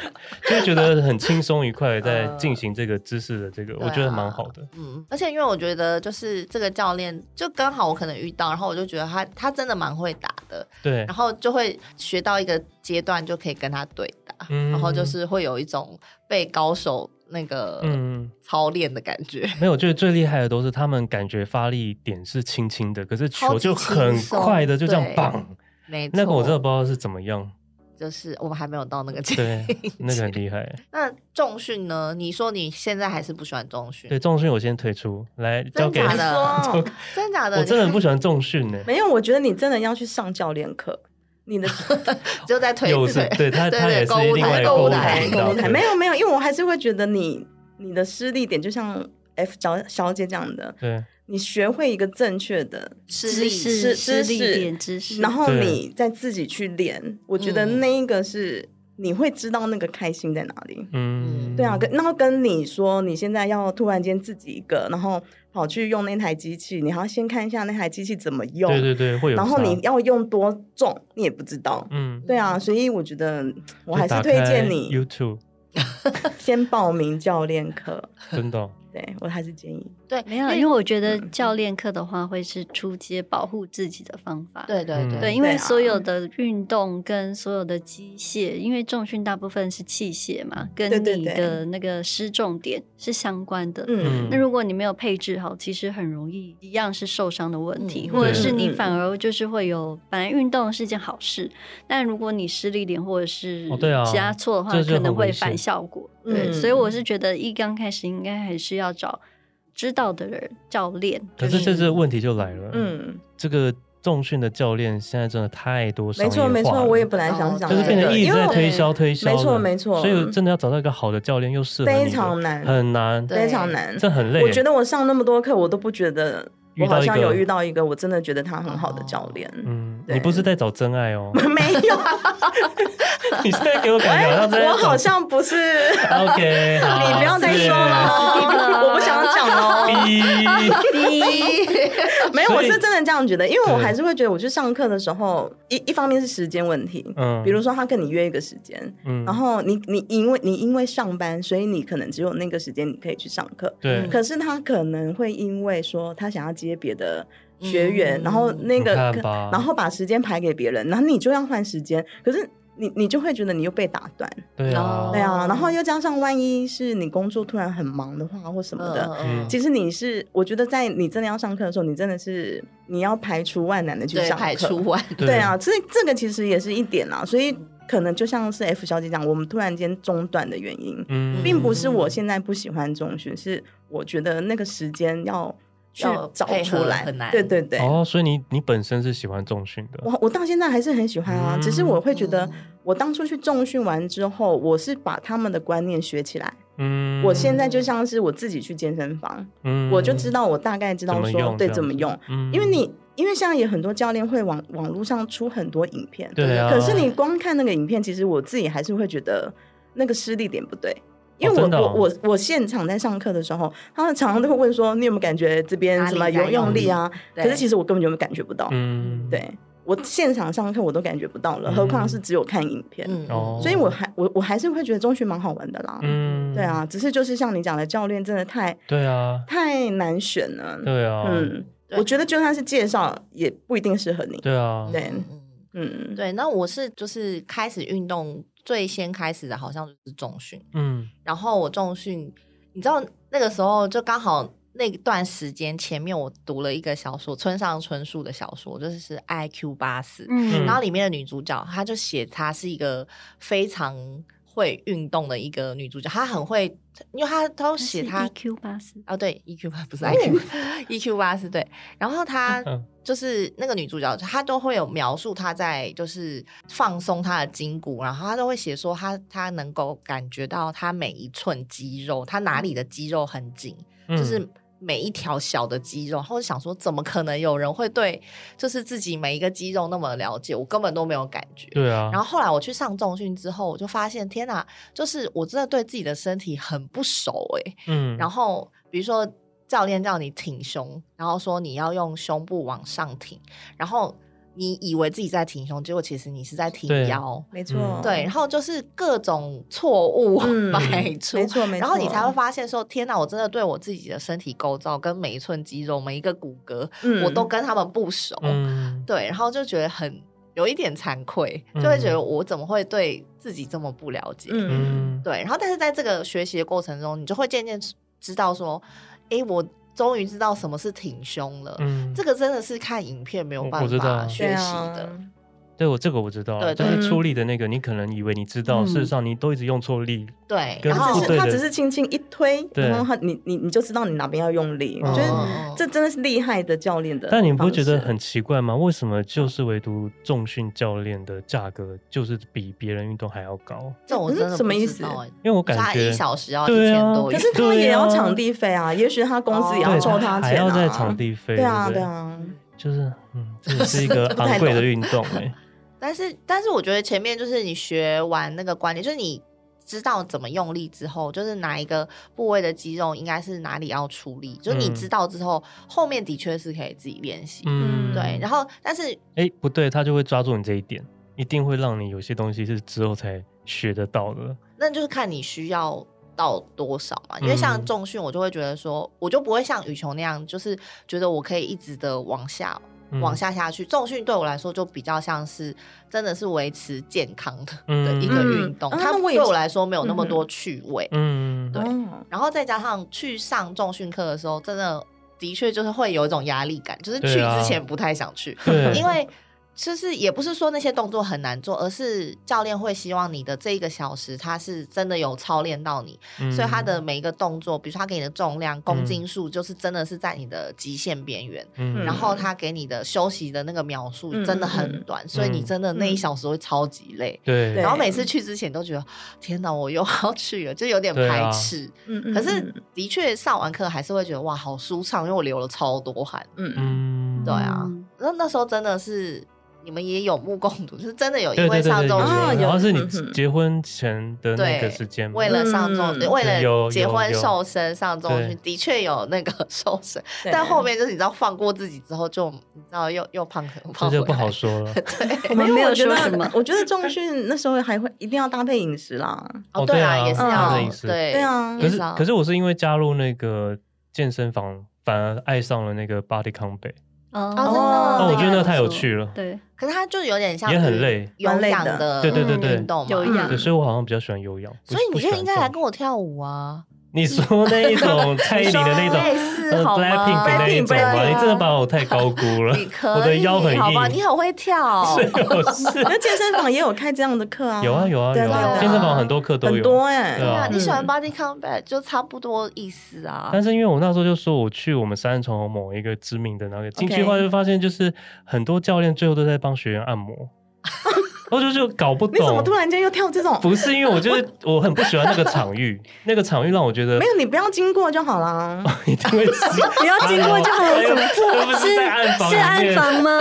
就觉得很轻松愉快，在
呃
进行这个知识的这个，
对
我觉得蛮
啊
好的。
嗯，而且因为我觉得就是这个教练，就刚好我可能遇到，然后我就觉得他他真的蛮会打的，
对
然，后就会学到一个阶段就可以跟他对打，
嗯
然后就是会有一种被高手那个
嗯，
操练的感觉，
没有，就是最厉害的都是他们感觉发力点是轻轻的，可是球
超级
就很
轻松
快的就这样
对
棒，
没错，
那个我真的不知道是怎么样。
就是我们还没有到那个阶段。
对，那个很厉害。
那重训呢？你说你现在还是不喜欢重训
对，，重训我先退出，来交
真
给。
假
你
的哦
说
真的假的？
我真的很不
你
喜欢重训 呢、
没有，我觉得你真的要去上教练课，你的
看就在推
有
推
是，对他
对
他
对
也是
购物
另外
台
一个购
购物
物
台
台
台
频
购
道
物台
对
没有没有，因为我还是会觉得你你的失力点就像 F 小小姐讲的，
对
你学会一个正确的
吃
知
力
识、
知
知识
识
点、知识，
然后
对
你再自己去练，我觉得
嗯
那一个是你会知道那个开心在哪里。
嗯，
对啊，跟然后跟你说你现在要突然间自己一个，然后跑去用那台机器，你还要先看一下那台机器怎么用，
对对对，会有差。
然后你要用多重你也不知道。
嗯，
对啊，所以我觉得嗯我还
就是打
推荐
开
你
YouTube，
先报名教练课。
真的哦
对我还是建议，
对，
没有，啊因为我觉得教练课的话会是出街保护自己的方法。
对对
嗯
对，因为
对啊
所有的运动跟所有的机械，因为重训大部分是器械嘛，跟
对对
你
对
的那个失重点是相关的。
嗯
那如果你没有配置好，其实很容易一样是受伤的问题，
嗯
或者是
对
你反而就是会有，本来运动是件好事，但如果你失力点或者是
哦对啊
加错的话，
这就
可能
很危
会
险
反效果。
嗯
对，所以我是觉得一刚开始应该还是要找知道的人教练。
可是这这问题就来了，嗯，
嗯，
这个重训的教练现在真的太多商业
没
化
错
了，
没错，我也本来想讲
哦
就是
这
变成
个，
一
因
直
为
在
我
推销推销的，
没错没错嗯
所以真的要找到一个好的教练又适合你的
非常难
很难，
对
非常难，
这很累。
我觉得我上那么多课，我都不觉得
遇
我
到
好
一个
像有遇到一个我真的觉得他很好的教练，
嗯，
对
你不是在找真爱哦，
没有，哎
你现在给我感觉好像在
我
找
好像不 是，
OK，
你
好
不要再说了
是
哦， 我不想讲哦。
谢谢啊逼
没有，
所
我
以
是真的这样觉得，因为我
对
还是会觉得我去上课的时候，一一方面是时间问题，
嗯，
比如说他跟你约一个时间，
嗯，
然后你你因为你因为上班，所以你可能只有那个时间你可以去上课，
对，
嗯
可是他可能会因为说他想要接别的学员，
嗯
然后那
你
个
看吧
然后把时间排给别人，然后你就要换时间，可是。你你就会觉得你又被打断，
对啊
哦
对，啊，然后又加上万一是你工作突然很忙的话或什么的，
嗯
其实你是，我觉得在你真的要上课的时候，你真的是你要排除万难的去
对
上课。
排除完，
对啊，这这个其实也是一点啦，所以可能就像是 F 小姐讲，我们突然间中断的原因，
嗯，
并不是我现在不喜欢中学，是我觉得那个时间要去
要
找
配合
出来
很难，
对对对。
哦，所以你你本身是喜欢重训的，
我我到现在还是很喜欢啊，
嗯
只是我 会觉得
嗯，
我当初去重训完之后，我是把他们的观念学起来。
嗯，
我现在就像是我自己去健身房，
嗯
我就知，道，我大概知道
怎么
说
用
对
这样
怎么
子
用，
嗯
因为你因为现在也很多教练会往网络上出很多影片，
对啊，
可是你光看那个影片，其实我自己还是会觉得那个失力点不对。因为
哦
我、
真的哦
我我我现场在上课的时候，他们常常都会问说，你有没有感觉这边
哪里
什么
在
有用力啊？
对
可是其实我根本就感觉不到。
嗯，
对我现场上课我都感觉不到了，何况是只有看影片。
嗯
哦
所以我还我我还是会觉得中学蛮好玩的啦。
嗯，
对，啊，只是就是像你讲的，教练真的太
对啊，
太难选了。
对啊，
嗯，
对
我觉得就算是介绍，也不一定适合你。
对啊，
对
嗯嗯
嗯，
对，那我是就是开始运动最先开始的好像就是重训，
嗯，
然后我重训，你知道那个时候就刚好那段时间前面我读了一个小说，村上春树的小说，就是是 I Q 八四，
嗯
然后里面的女主角，她就写她是一个非常会运动的一个女主角，她很会，因为她她都写她
EQ E 八四，
啊，对，EQ 八不是 IQ，EQ 八是对。然后她
嗯
就是那个女主角，她都会有描述她在就是放松她的筋骨，然后她都会写说她她能够感觉到她每一寸肌肉，她哪里的肌肉很紧，
嗯
就是每一条小的肌肉，然后我就想说，怎么可能有人会对就是自己每一个肌肉那么了解？我根本都没有感觉。
对啊，
然后后来我去上重训之后，我就发现，天哪，就是我真的对自己的身体很不熟诶、
嗯，
然后比如说教练叫你挺胸，然后说你要用胸部往上挺，然后你以为自己在挺胸，结果其实你是在挺
对啊
腰。
没错
嗯，
对，然后就是各种错误
嗯
百出，
没错没
然
错，
后你才会发现说，天哪，我真的对我自己的身体构造跟每一寸肌肉、每一个骨骼，
嗯
我都跟他们不熟。
嗯，
对，然后就觉得很有一点惭愧，就会觉得我怎么会对自己这么不了解？
嗯
嗯嗯，
对，然后但是在这个学习的过程中，你就会渐渐知道说，诶，我终于知道什么是挺胸了。
嗯，
这个真的是看影片没有
我
办
我知
法
道
学习
对
的，
啊
对我这个我知道啊，
对
就
对
是
嗯
出力的那个，你可能以为你知道，
嗯
事实上你都一直用错力，
对，
跟
然
他
后
只
哦对
是他
的
只是轻轻一推，
对
然后他你你你就知道你哪边要用力，我
嗯
觉得
嗯
这真的是厉害的教练的方式。嗯
但你不觉得很奇怪吗？为什么就是唯独重训教练的价格就是比别人运动还要高？
这我真的
嗯什么
不
意
知
思
道诶
因为我感
他
觉
一小时要一
对
千
啊
多
可
元，
是他们
对啊
也要场地费啊，也许他公司也要
对
收他
还
钱
要
啊。
在场地费，
对啊
不
对，啊，
就是嗯，这也 是一个
不太
昂贵的
懂
运动哎，
但是，但是我觉得前面就是你学完那个观念，就是你知道怎么用力之后，就是哪一个部位的肌肉应该是哪里要出力，就是你知道之后，后面的确是可以自己练习。
嗯，
对，然后但是
哎不对，他就会抓住你这一点，一定会让你有些东西是之后才学得到的，
那就是看你需要到多少嘛？因为像
嗯
重训，我就会觉得说，我就不会像羽球那样，就是觉得我可以一直的往下
嗯
往，下下去。重训对我来说就比较像是真的是维持健康的
嗯
的一个
嗯
运动，
啊
它
那我也
对我
是
来说没有那么多趣味。
嗯，
对
哦
然后再加上去上重训课的时候，真的的确就是会有一种压力感，就是去
对啊
之前不太想去，
对，
因为就是也不是说那些动作很难做，而是教练会希望你的这一个小时他是真的有操练到你，
嗯
所以他的每一个动作，比如说他给你的重量、公斤数，就是真的是在你的极限边缘。
嗯
然后他给你的休息的那个秒数
嗯
真的
嗯
很
嗯
短，所以你
嗯
真的那一
嗯
小时会超级累。
对，
对
然后每次去之前都觉得，天哪，我又要去了，就有点
对
排
啊
斥。
嗯嗯
可是
嗯
的确上完课还是会觉得哇，好舒畅，因为我流了超多汗。
嗯嗯
嗯，
对啊
嗯
那那时候真的是你们也有目共睹，就是真的有
对
因
对
为
对
上
对，
周
有有
啊有
然后是你
嗯嗯
结婚前的那个
对
时间嘛，
为了上周、
嗯
为
有
了结
有
婚
有
瘦身上周
对
去，的确有那个瘦身，
对
但后面就是你知道放过自己之后就，你知道又又胖很
这
胖，
就不好。说 了。
哦
我们
因
没
为
有
我觉
说
得
什么
我觉得重训那时候还会一定要搭配饮食啦。
哦
哦，对
对啊
啦，也是
嗯
要
对
是
对
对，啊，
可
也
是
是啊
可是我是因为加入那个健身房，反而爱上了那个 Body Combat。
哦
哦真的哦
哦，我觉得那
个
太有趣了。
对，
可是它就有点像
也很
是
累
有
蛮累
氧
的
的
对对对对
运动嘛，
有氧
嗯对，所以我好像比较喜欢有氧。不
所以
不
你就
喜欢
应该来
动
跟我跳舞啊，
你说那一 种蔡依林的那
类
种，
似
呃
好吗
，Blackpink 啊的那一
Blackpink，
种吗？
Blackpink
你真的把我太高估了，
你可以，
我的腰很硬，
好吧？你很会跳，
是啊有
那
是
健身房也有开这样的课啊，
有啊有
嗯
啊
对
有
对
啊，
对
健身房很多课都
很
有，
多哎、
对啊
你喜欢
嗯
body combat 就差不多意思 啊。
但是因为我那时候就说我去我们三重某一个知名的那个进去的话，就发现就是很多教练最后都在帮学员按 摩，我就就搞不
你怎么
懂
突。然间又跳这种？
不是因为我就是我很不喜欢那个场域，那个场域让我 觉得
没有，你不要经过就好啦。
一定 会吃。
不要经过就好了，怎么
他们
是
是在暗房
是
里
暗
面
房吗？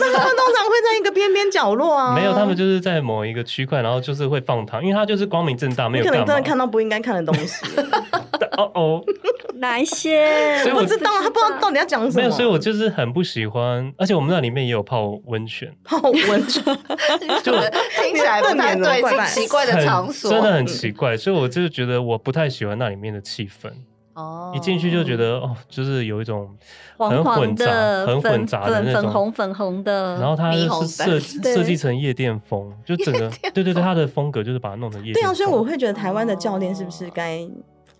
那他们通常会在一个边边角落啊。
没有，他们就是在某一个区块，然后就是会放糖，因为他就是光明正大，没
你
有
可能
干
真的看
嘛。
到不应该看的东西，
哦哦，
哪一些？
所以我
不知道他不知道到底要讲
啊
什
没有，
么。
所以我就是很不喜欢，而且我们那里面也有泡温泉，
好 文具，
就
听起来不太对劲，奇怪的场
很
所，嗯
真的很奇怪，所以我就是觉得我不太喜欢那里面的气氛，
哦
一进去就觉得哦，就是有一种
黄
很
黄
混杂、
的、
很混
粉
杂的
粉
那
粉
种。
红粉红的，
然后它
霓
是
虹
设
灯
对
设计成夜店风，就整个对对对，它的风格就是把它弄成夜店
对
风。
啊，所以我会觉得台湾的教练是不是该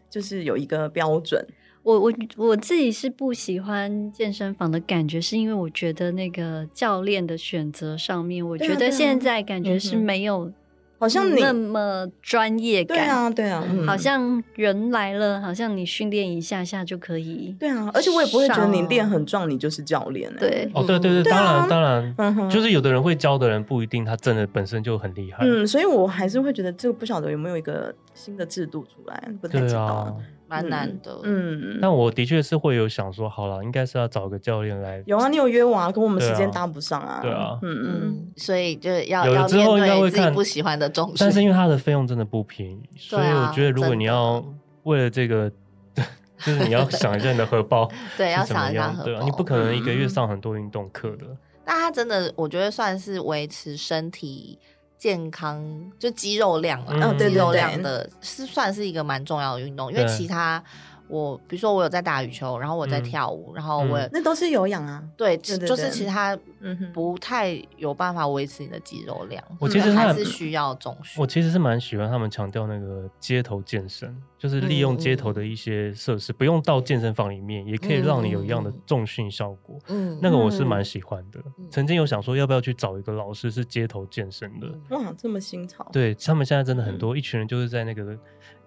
就是有一个标准？
我我我自己是不喜欢健身房的感觉，是因为我觉得那个教练的选择上面，我
对啊
觉
对
得
啊
现在感觉是
嗯哼
没有
好像你
那么专业
对
感，
啊，对啊，嗯
好像人来了，好像你训练一下下就可以。
对啊，而且我也不会觉得你
上
练很壮，你就是教练欸。
对，
哦，对对对，
对
当
啊
然当然，
嗯哼，
就是有的人会教的人不一定他真的本身就很厉害，
嗯，所以我还是会觉得这个不晓得有没有一个新的制度出来，不太
对
知
啊
道。。
蛮难的。嗯，
嗯，
但我的确是会有想说，好了，应该是要找个教练来。
有啊，你有约我啊，跟我们
对啊
时间搭不上啊。
对啊
嗯嗯，
所以就要
有了
要
之后应该
面
会
对自己
看
不喜欢的重视，
但是因为它的费用真的不便宜，所以我觉得如果你要为了这个， 就是你要想一下你的荷包
对要
是怎么
想一下
样
荷
对啊，
包
你不可能一个月
嗯
上很多运动课的，
那它真的，我觉得算是维持身体健康，就肌肉量啦，
嗯哦对
肌肉
对对
量的是算是一个蛮重要的运动，因为
对
其他我比如说我有在打羽球，然后我在
嗯
跳舞，然后我也、
那都是有氧啊。
对，
对对
就是
对
其他
嗯哼，
不太有办法维持你的肌肉量，
我其实
还
很
是需要重训。
我其实是蛮喜欢他们强调那个街头健身，就是利用街头的一些设施，不用到健身房里面，也可以让你有一样的重训效果。
嗯
那个我是蛮喜欢的，
嗯
曾经有想说要不要去找一个老师是街头健身
嗯
的，
哇，这么新潮。
对他们现在真的很多、一群人就是在那个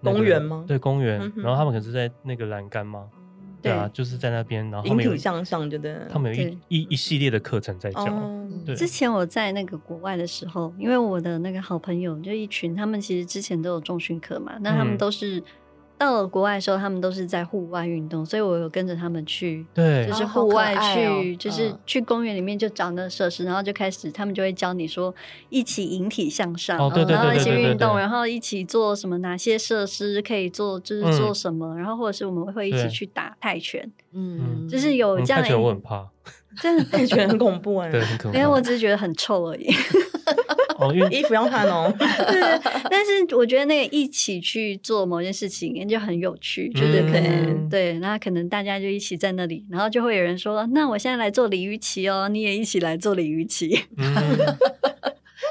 那个
公园吗
对，公园，
嗯哼
然后他们可是在那个栏杆吗？
嗯
对啊，就是在那边，然后他
引
们有
体向上，觉得
他们有一
对
一一系列的课程在教，
哦，
对
之前我在那个国外的时候，因为我的那个好朋友就一群，他们其实之前都有重训课嘛，那他
嗯
们都是、到了国外的时候，他们都是在户外运动，所以我有跟着他们去，
对
就是
哦好
户
可
外
爱
去，
哦
就是
嗯
去公园里面就找那个设施，然后就开始他们就会教你说一起引体向上，嗯
哦对对
然后
对
一
对
起
对对
运动，
对
然后一起做什么哪些设施可以做，就是
嗯
做什么，然后或者是我们会一
对
起去打泰拳，
嗯
就是有
嗯
这样
泰
的嗯
拳我
一
很怕，
真的
感觉得很恐怖哎。
对，很可怕。
没有，我只是觉得很臭而已。
哦， 因为
衣服要换哦。
对， 但是我觉得那个一起去做某件事情就很有趣，就是可能、
嗯
对，那可能大家就一起在那里，然后就会有人说，那我现在来做鲤鱼旗哦，你也一起来做鲤鱼旗。
嗯，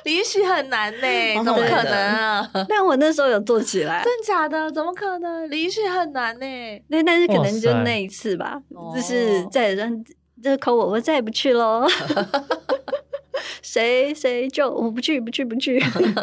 李许很难呢、
蛮
怎
好
么
玩
可
哦的
能啊？
嗯
但我那时候有做起来，
真假的？怎么可能？李许很难呢、
对，但是可
哇
能就
塞
那一次 吧，
哦
就是再也让这口我我再也不去喽。 谁谁就我不去不去不去，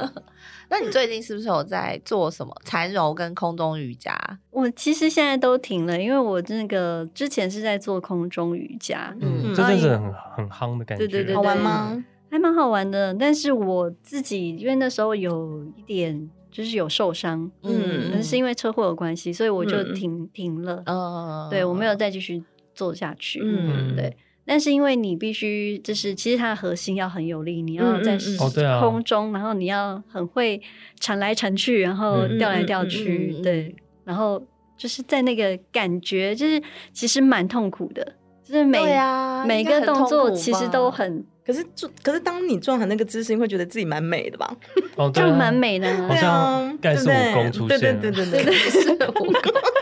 那你最近是不是有在做什么缠柔跟空中瑜伽？
我其实现在都停了，因为我那个之前是在做空中瑜伽，
嗯，
嗯
这阵子很很夯的感觉，
对对对
好玩
对
吗？
还蛮好玩的。但是我自己因为那时候有一点就是有受伤，
嗯
可能是因为车祸有关系，所以我就
嗯
停、停了。
嗯，
对我没有再继续做下去。
嗯
对。但是因为你必须就是，其实它的核心要很有力，你要
嗯嗯
在
嗯
哦对啊
空中，然后你要很会缠来缠去，然后
嗯
掉来
嗯
掉
嗯
去，
嗯嗯
对，然后就是在那个感觉，就是其实蛮痛苦的，就是每、
对啊，
每
应该
个
很
动作
痛苦
其实
吧
都很
可是做，可是当你做好那个姿势，你会觉得自己蛮美的吧？
哦，
就
对啊
蛮，美的、啊
好
对。啊
像盖世
对不
武
对
功出
对
现
对
了，
对对对对，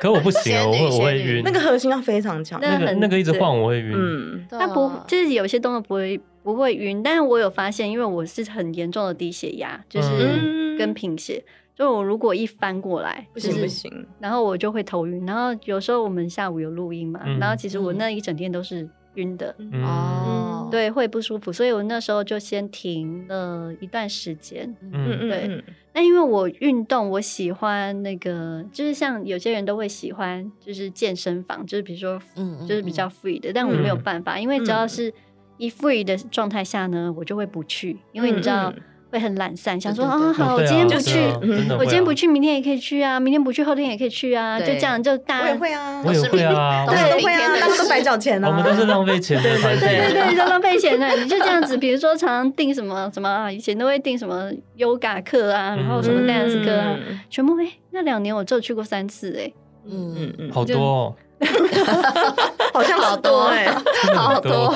可我不行啊，我会
仙女
我会
仙女
晕，
那个核心要非常强。
那
那个
很
那个一直
对
晃我会晕，
嗯，
对
它不
啊
就是有些动作不会不会晕，但是我有发现，因为我是很严重的低血压，就是
嗯
跟贫血，就我如果一翻过来，
不
就
行不
是
行，
然后我就会头晕，然后有时候我们下午有录音嘛，
嗯
然后其实我那一整天都是晕的，
嗯
哦，
对，会不舒服，所以我那时候就先停了一段时间。
嗯
嗯
嗯
对
嗯，
那因为我运动，我喜欢那个，就是像有些人都会喜欢，就是健身房，就是比如说，
嗯嗯
就是比较 free 的，但我没有
嗯
办法，因为只要是一 free 的状态下呢，我就会不去，因为你知道
嗯嗯
会很懒散，想说
对
啊，
对对
好，
哦
我
对啊
今天不
对
去，
啊
去
真的
我今天
会
不
啊，
去，明天也可以去啊，明天不去，后天也可以去啊，就
对
这样就大
我
家
也会啊，
我也会啊，
都
大
是
家
我
都会啊，大家都白缴钱啊，
我们都是浪费钱的团体，
对对，就浪费钱了。你就这样子，比如说常常订什么什么啊，以前都会订什么 yoga 课啊，然后什么
嗯
dance 课啊，全部哎、那两年我只有去过三次哎、
嗯嗯，
嗯，
好多哦
好像好多哎，
好多，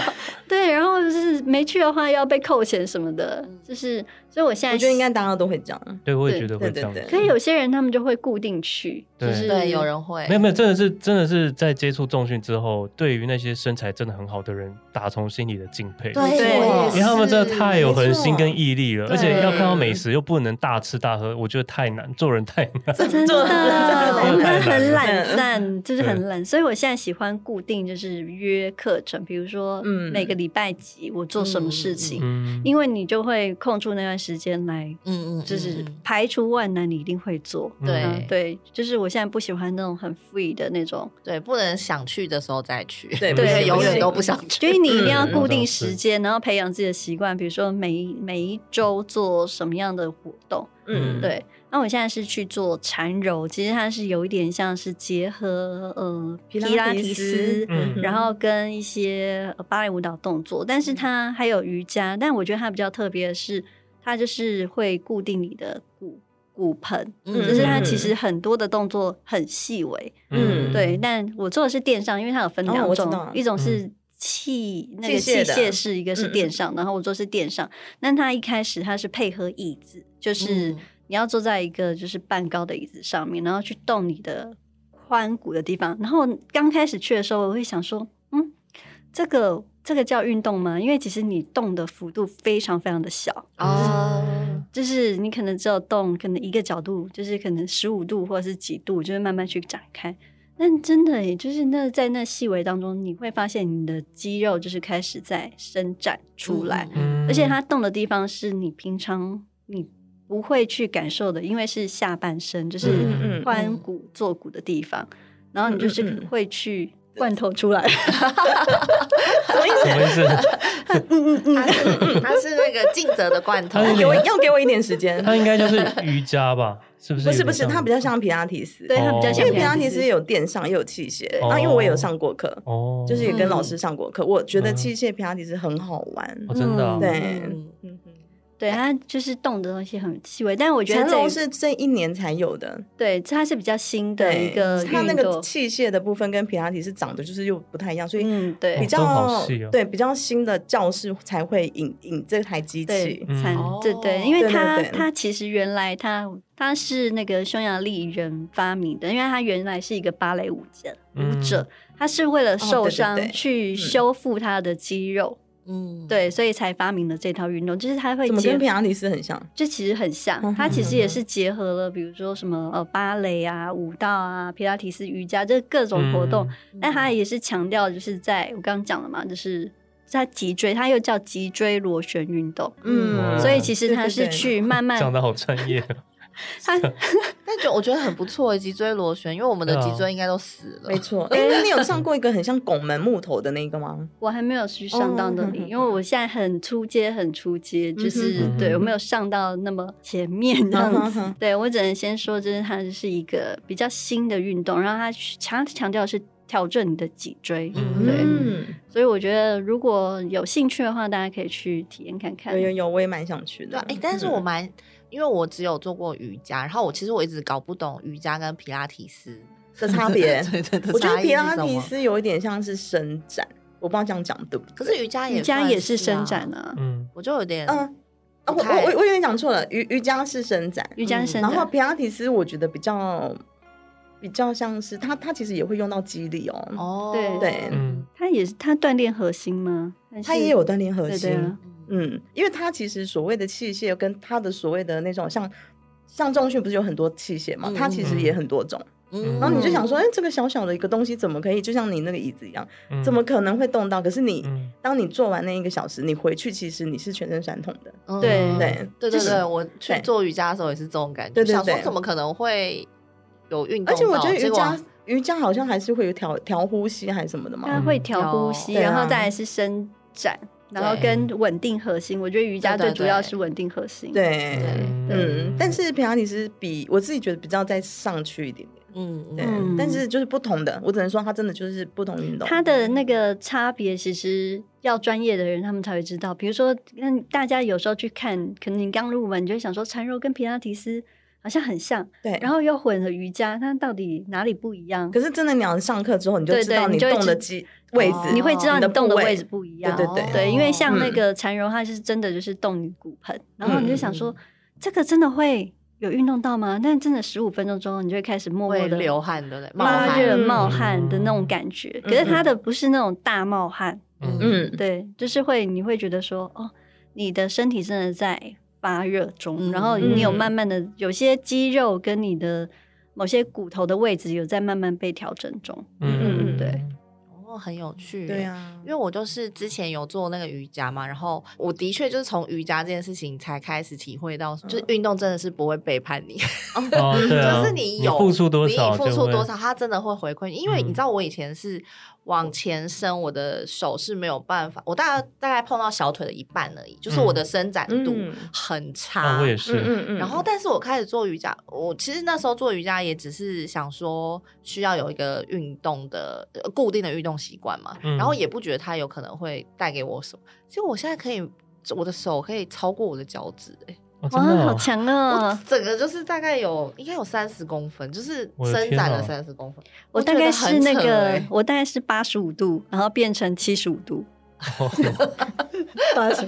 对，然后就是没去的话要被扣钱什么的，就是所以我现在
我觉得应该大家都会这样，
对，我也
对
觉得会
对
这
对
样
对
子。
可哦是有些人他们就会固定去，就
对
是
对，有人会
没有没有，真的是真的是在接触重训之后，对于那些身材真的很好的人，打从心里的敬佩。
对，
对
我也
因为他们真的
是
太有
没
恒心
错
跟毅力了，而且
对
要看到美食又不能大吃大喝，我觉得太难，做人太难。
真的，
做
我
得真的
们
太
很
懒
懒散，就是很
对
懒，所以我现在喜欢固定就是约课程，比如说
嗯
每个礼拜几我做什么事情，
嗯，
因为你就会空出那段时间来，
嗯嗯，
就是
嗯嗯
排除万难，你一定会做。
对
嗯，对，就是我现在不喜欢那种很 free 的那种，
对，不能想去的时候再去，
对
因为
对
永远
对
都不想去，
就是你一定要
嗯
固定
我知道
时间，然后培养自己的习惯，比如说每一每一周做什么样的活动。
嗯，
对，那我现在是去做缠柔，其实它是有一点像是结合呃
皮拉
拉
提
提
斯
斯，
嗯
然后跟一些呃芭蕾舞蹈动作，但
嗯
是它还有瑜伽，但我觉得它比较特别的是，它就是会固定你的骨骨盆，
嗯
就是它其
嗯
实很多的动作很细微，
嗯
对。但我做的是电上，因为它有分
哦
两
我知
种，
道嗯
一种是气、那个
器
器
械的
械式，一个是
嗯
电
嗯
上，然后我做的是电上。那它一开始它是配合椅子，就是
嗯
你要坐在一个就是半高的椅子上面，然后去动你的髋骨的地方。然后刚开始去的时候，我会想说，嗯，这个这个叫运动吗？因为其实你动的幅度非常非常的小，
哦，
就是你可能只有动可能一个角度，就是可能十五度或者是几度，就是慢慢去展开。但真的耶，就是那在那细微当中，你会发现你的肌肉就是开始在伸展出来，
嗯，
而且它动的地方是你平常你不会去感受的，因为是下半身，就是
嗯嗯
髋
嗯
骨、坐骨的地方，然后你就是
嗯嗯嗯
会去罐头出 来。
嗯
什么意思？
它是它是那个尽责的罐头
嗯它，是
给我要给我一点时间，
它应该就是瑜伽吧？是不是？
不是不是，它比较像皮拉提斯，
对，它比较
哦
像
因为皮
皮
拉
拉
提
提
斯
斯
也有电上也有器械，
哦
然后因为我也有上过课，
哦，
就是也
嗯
哦
跟老师上过课，我觉得器械皮拉提斯很好玩，
哦真的啊
对，
嗯
嗯哼
对，它就是动的东西很细微，但我觉得
成
这
龙
一
是这一年才有的，
对它是比较新的
对
一个
它那
运
个
动。
器械的部分跟皮拉提是长得就是又不太一样，所以
嗯，
比
对
哦
较、
都好细哦
对比较新的教室才会引引这台机
对
器，，
嗯
才
哦
对对，因为
对对
它
对
它其实原来它它是那个匈牙利人发明的，因为它原来是一个芭蕾舞者舞
嗯
者，他是为了
哦对
受
对
伤
对
去
嗯
修复他的肌肉，
嗯，
对，所以才发明了这套运动，就是他会
怎么
结
跟
合
皮拉提斯很像？
就其实很像
嗯，
它其实
嗯
也是结合了，比如说什么呃芭蕾啊、舞蹈啊、皮拉提斯、瑜伽这各种活动，
嗯，
但它也是强调就是在我刚刚讲了嘛，就是在脊椎，它又叫脊椎螺旋运动，
嗯
所以其实
对
它
对
是
对
去慢慢
讲的好专业哦，
它
但就我觉得很不错，脊椎螺旋，因为我们的
对啊
脊椎应该都死了
没。错，哎、那你有上过一个很像拱门木头的那个 吗？
我还没有去上到那里，
哦嗯嗯嗯
因为我现在很出街，很出街，就是、
嗯哼
对我没有上到那么前面这样子。
嗯哼哼
对我只能先说，就是它是一个比较新的运动，然后它去强强调是调整你的脊椎，
嗯
对。
嗯，
所以我觉得如果有兴趣的话，大家可以去体验看看。
有有有，我也蛮想去
对
的。
啊，哎、但是
嗯
我蛮，因为我只有做过瑜伽，然后我其实我一直搞不懂瑜伽跟皮拉提斯
的差别，
对对对，
我觉得
差异
皮
是
拉
什
提
么，
斯有一点像是伸展，我不知道这样讲对不对。
可是瑜伽也
瑜伽
算
也是伸
啊
展，啊，
嗯，
我就有点
嗯，啊，我
不
我
太
我我有点讲错了，瑜瑜伽是伸展，
瑜伽是伸
嗯然后
展。
皮拉提斯我觉得比较比较像是它它其实也会用到肌力哦，
哦，
对
对
嗯
它也是它锻炼核心吗？还
它
是
也有锻炼核
对
心，
对啊，
嗯
嗯，因为它其实所谓的器械跟它的所谓的那种像。像重训不是有很多器械嘛？
嗯
它其实也很多种，
嗯
然后你就想说，哎、这个小小的一个东西怎么可以，就像你那个椅子一样，
嗯
怎么可能会动到？可是你、
嗯
当你做完那一个小时，你回去其实你是全身酸痛的，
嗯
对
嗯
对
对
就
对
是
对，我去
对
做瑜伽的时候也是这种感觉，
对对
想说
对
怎么可能会有运动到？
而且我觉得瑜
结果
伽，瑜伽好像还是会有调调呼吸还是什么的嘛
它。
嗯
会调呼吸，
有
然后
对啊
再来是伸展，然后
对
跟稳定核心。我觉得瑜伽
对对
最主要
对
是稳定核心。
对，嗯，但
是
是皮拉提斯比我自己觉得比较再上去一点点，
嗯
对，
嗯，
嗯
但是就是不同的，我只能说它真的就是不同运动。
它的那个差别，其实要专业的人他们才会知道。比如说，那大家有时候去看，可能你刚入门，你就会想说缠柔跟皮拉提斯好像很像，
对，
然后又混了瑜伽，它到底哪里不一样？
可是真的你要上课之后，你就
对
知
对
道
你就会
动的
知哦
肌位置，
你会知道你动的
部
位置不一样。哦
对
对对
因为像那
嗯
个缠柔，它是真的就是动你骨盆，然后你就想说
嗯，
这个真的会有运动到吗？但真的十五分钟之后，你就会开始默默
会
的
流汗对不对？冒
发
汗
热、
嗯
冒汗的那种感觉。可是它的不是那种大冒汗，
嗯，
对，就是会你会觉得说，哦，你的身体真的在发热中，
嗯
然后你有
嗯
慢慢的有些肌肉跟你的某些骨头的位置有在慢慢被调整中。
嗯
对
哦，很有趣，
对。啊
因，为我就是之前有做那个瑜伽嘛，然后我的确就是从瑜伽这件事情才开始体会到，就是运动真的是不会背叛你，
哦，嗯对啊，
就是
你
有
付出多少，
你付出多少，，它真的会回馈你。因为你
嗯
知道，我以前是往前伸，我的手是没有办法，我大概大概碰到小腿的一半而已，就是我的伸展度
嗯
很差。
啊，我也是，
嗯嗯，
然后，但是我开始做瑜伽，我其实那时候做瑜伽也只是想说需要有一个运动的呃固定的运动习惯嘛，
嗯
然后也不觉得它有可能会带给我什么。其实我现在可以，我的手可以超过我的脚趾、欸，
哦
嗯哇
真，的
好
哦，
强
我
啊！
整个就是大概有应该有三十公分，就是
我的
伸
天
展了
啊
三十公分。
我大
觉
概
得
是
很
那
扯
个
欸，
我大概是八十五度，然后变成七十五度。
哦
八十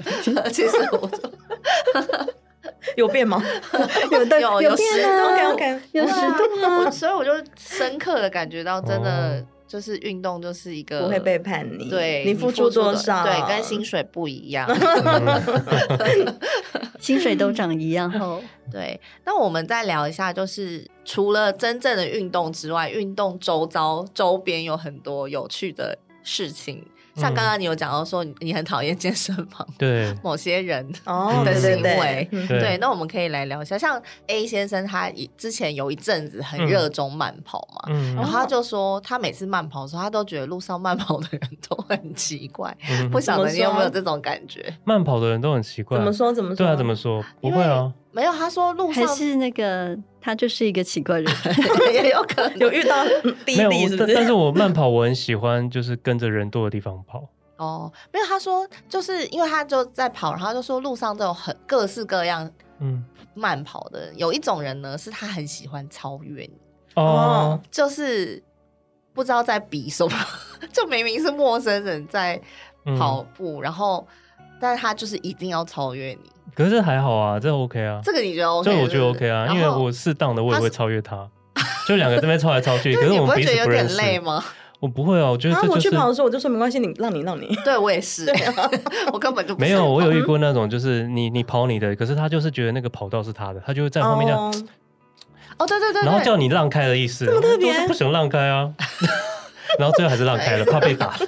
其实我就
有变 吗？
有的
有
有
有
变
十
啊
，OK OK，
有十度啊
我，所以我就深刻的感觉到，真的
哦
就是运动就是一个
不会背叛你，
对
你付出多
的
少，啊
对，跟薪水不一样。
薪水都长一样后，
对，那我们再聊一下，就是除了真正的运动之外，运动周遭周边有很多有趣的事情，像
嗯
刚刚你有讲到说你你很讨厌健身房
对，
某些人。
哦，
的
对对
行
对
为，
嗯
对
对，那我们可以来聊一下，像 A 先生，他以之前有一阵子很热衷慢跑嘛，
嗯
然后他就说，他每次慢跑的时候，他都觉得路上慢跑的人都很奇怪。
嗯
不晓得
怎么
你有没有
说
这种感觉？
慢跑的人都很奇怪，
怎么说怎么说？
对啊，怎么说？不
因
会
为
啊，
没有，他说路
还
上
是那个他就是一个奇怪的人。
也有可 能
有遇到嗯弟
没有
弟
我
是，不
但但
是
是？我慢跑我很喜欢，就是跟着人多的地方跑，
哦，没有，他说就是因为他就在跑，然后他就说路上都有很各式各样
嗯，
慢跑的人，有一种人呢是他很喜欢超越你，
哦
哦，
就是不知道在比什么， 就明明是陌生人在
嗯
跑步，然后但是他就是一定要超越你，
可是这还好啊，这 OK 啊，
这个你觉得 OK？
这我觉
对
得
不
OK
对
啊，
然
因为
后
我适当的我也
他
会
是
超越他，就两个这边超来超 去，可
对
是
你
我
不
们
会
彼
觉
此
得有
不认
点
识。
累吗？
我不会啊，我觉得
然
这
后我
就
去
是
跑的时候，我就说没关系，你让你让你。
对我也是，我根本就
啊
不
没
是
有，我有遇过那种，就是你你跑你的，可是他就是觉得那个跑道是他的，他就会 在后面这样，
哦，
哦，对对对对，
然后叫你让开的意思，这
么特别
不想让开啊， 然后最后还是让开了，怕被打。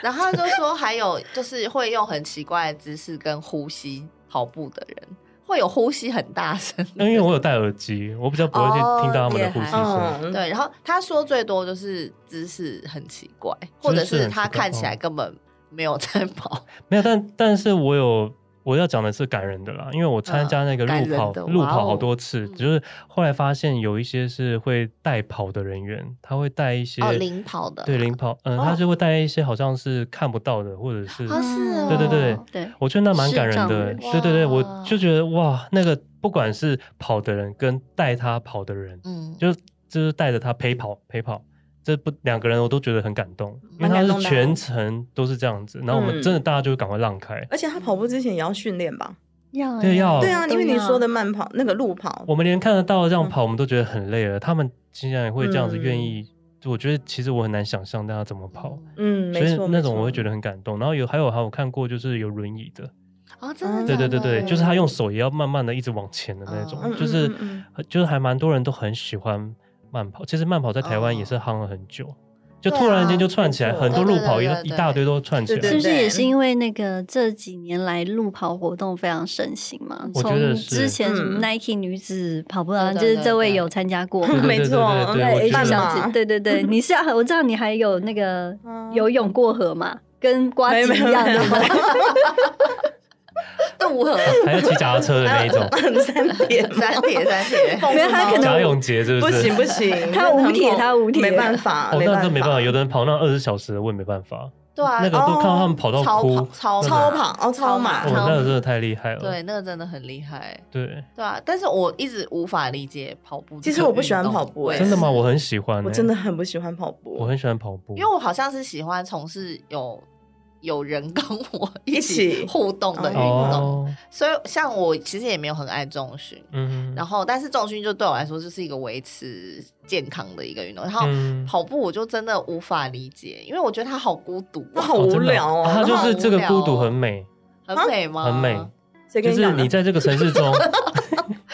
然后他就说还有就是会用很奇怪的姿势跟呼吸跑步的人，会有呼吸很大声的
因为我有戴耳机，我比较不会去
哦
听到他们的呼吸
也还
声。
嗯，
对，然后他说最多就是姿势很奇怪，或者是他看
哦
起来根本没有在跑。
没有，但但是我有我要讲的是感人的啦，因为我参加那个
啊感
路
人
跑
的
路
哇
跑好
哦
多次，
嗯
就是后来发现有一些是会带跑的人员，他会带一些
哦领跑的
对
啦
领跑，嗯，
哦
他就会带一些好像是看不到的，或者是
啊是哦
对对对
嗯对，
我觉得那蛮感人
视障
的欸，
人
对对对，我
哇
就觉得哇，那个不管是跑的人跟带他跑的人，
嗯，
就是就是带着他陪跑陪跑，这不两个人我都觉得很感动，因为
蛮
他
感
是
动的哦
全程都是这样子，然后我们
嗯
真的大家就赶快让开。
而且他跑步之前也要训练吧？
要
对
欸
要哦
对啊，因为你说的
都
慢跑，那个路跑，
我们连看得到这样
嗯
跑，我们都觉得很累了，他们竟然会这样子
嗯
愿意，我觉得其实我很难想象大家怎么跑。
嗯，
所
没
以
错，
那种我会觉
得
得很感动，然后有还有还有看过就是有轮椅的，
哦，真的
嗯
对
假
对
的
对对，就是他用手也要慢慢的一直往前的那种，
嗯
就是
嗯嗯
就是还蛮多人都很喜欢慢跑。其实慢跑在台湾也是夯了很久，就
对
突然间就
啊
串起来，
没错
很多路跑一
对对对对
一大堆都串起来。
对
是不
对
是也是因为那个这几年来路跑活动非常盛行嘛？
我觉得
从
是
之前什么
嗯
Nike 女子跑步啊，
对
就
对
是
对
这位
对
有参加过嘛
对对对
没错
对
对 对
，H
对，我
哎
记得
小
慢
姐
马，
对对对，你是要我知道你还有那个
嗯
游泳过河嘛，跟瓜
没
子
没
一样，
没
对不对？
渡河
还有骑脚踏车的那一种，
三点
三铁三铁，
因
因为他可能
贾永杰是
不
是？
行不行，
他无铁
那很恐
他无铁
没办法，
哦，那真
法，
的没办法，有的人跑那二十小时的我也没办法，
对啊，
那个都看到他们跑到
超
哭，那
跑超
个
超
哦，
跑哦超马
超，
那个真的太厉害了。
对，那个真的很厉害，
对
对啊，但是我一直无法理解跑步这个运动。
其实我不喜欢跑步哎
对
真的吗？我很喜欢欸，
我真的很不喜欢跑
我
步，
很喜欢跑步，
因为我好像是喜欢从事有有人跟我一
一
起
起
互动的运动，
哦，
所以像我其实也没有很爱重训，
嗯，
然
后
后但是重训就对我来说就是一个维持健康的一个运动，然后
嗯
跑步我就真的无法理解，因为我觉得它好孤独
那
哦、
好无聊
啊他
哦。
就是这个
好无聊
孤
哦啊
独很美，
很美吗？
啊很美，
谁
就
跟
是
讲的
你在这个城市中，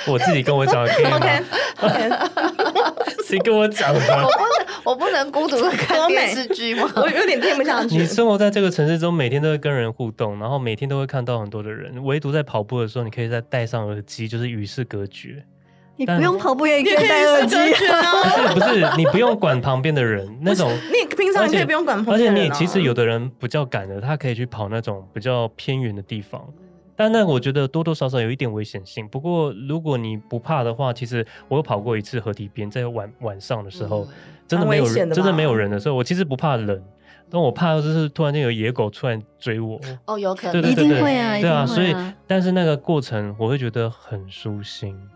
我自己跟我讲的可以吗？
OK，
谁跟我讲的
我？不能， 我不能孤独的看
多美
电视剧吗？
我有点听不下去
你。生活在这个城市中，每天都会跟人互动，然后每天都会看到很多的人，唯独在跑步的时候，你可以再戴上耳机，就是与世隔绝。
你
但
不用跑步也可
你
以
可以
戴耳
是
机，
哲学
不
啊，
是不是，你不用管旁边的人，那种
你平常你可以不用管
而
旁
且
边的
你
人啊
其实有的人不叫赶的，他可以去跑那种比较偏远的地方。但那我觉得多多少少有一点危险性。不过如果你不怕的话，其实我有跑过一次河堤边，在晚晚上 的时候，
嗯
真的没有
蛮
人，
危险的吧
真的没有人的时候，我其实不怕冷，但我怕就是突然间有野狗突然追我。
哦，有可
对对
能
一
对
定会
哎
啊，一
对
定
啊，所
会
以
啊。
但是那个过程我会觉得很舒心，
嗯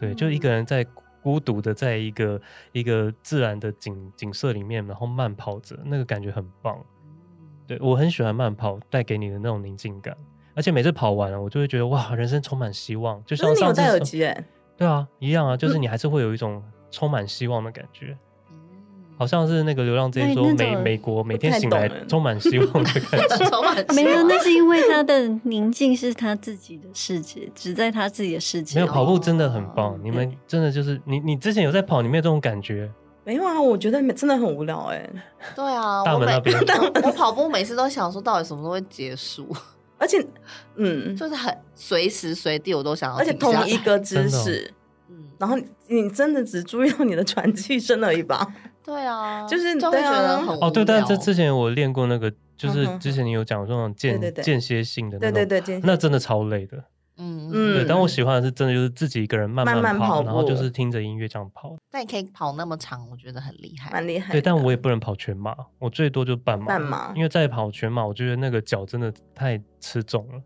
对，就一个人在孤独的在一个一个自然的景景色里面，然后慢跑着，那个感觉很棒。对我很喜欢慢跑带给你的那种宁静感，而且每次跑完了，我就会觉得哇，人生充满希望，就
可
像
是你有
上次
戴耳
说，
机哎，
对啊，一样啊，就是你还是会有一种充满希望的感觉。好像是那个《流浪之
那
夜》
你
说
那
美
种
美国每天
太
醒
懂欸
来
了
充满希望的 感觉。
充满希
没有，
望
那是因为他的宁静是他自己的世界，只在他自己的世界。
没有跑步真的很
哦
棒，你们
对
真的就是你，你之前有在跑，你没有这种感觉？
没有啊，我觉得真的很无聊哎，
对啊，
大
我
门
每
那边
我跑步每次都想说，到底什么时候会结束？
而且嗯，
就是很随时随地我都想要
而且
停下来，
同一个姿
真哦
势，
嗯，
然后你你真的只注意到你的喘气声而已吧？
对啊，
就是
就会
对
觉
啊
得很
哦，对，
无聊嗯
但这之前我练过那个，就是
嗯哼
之前你有讲说那种间
对对对
间歇性的那
对
种，
对对，今天
那真的超累的，
嗯
嗯
对，但我喜欢的是真的就是自己一个人慢
慢慢
跑，
跑
然后
步
就是听着音乐这样跑。
但你可以跑那么长，我觉得很厉害。
蛮厉害的。
对，但我也不能跑全马，我最多就半马。
半马
因为再跑全马，我觉得那个脚真的太吃重了，
嗯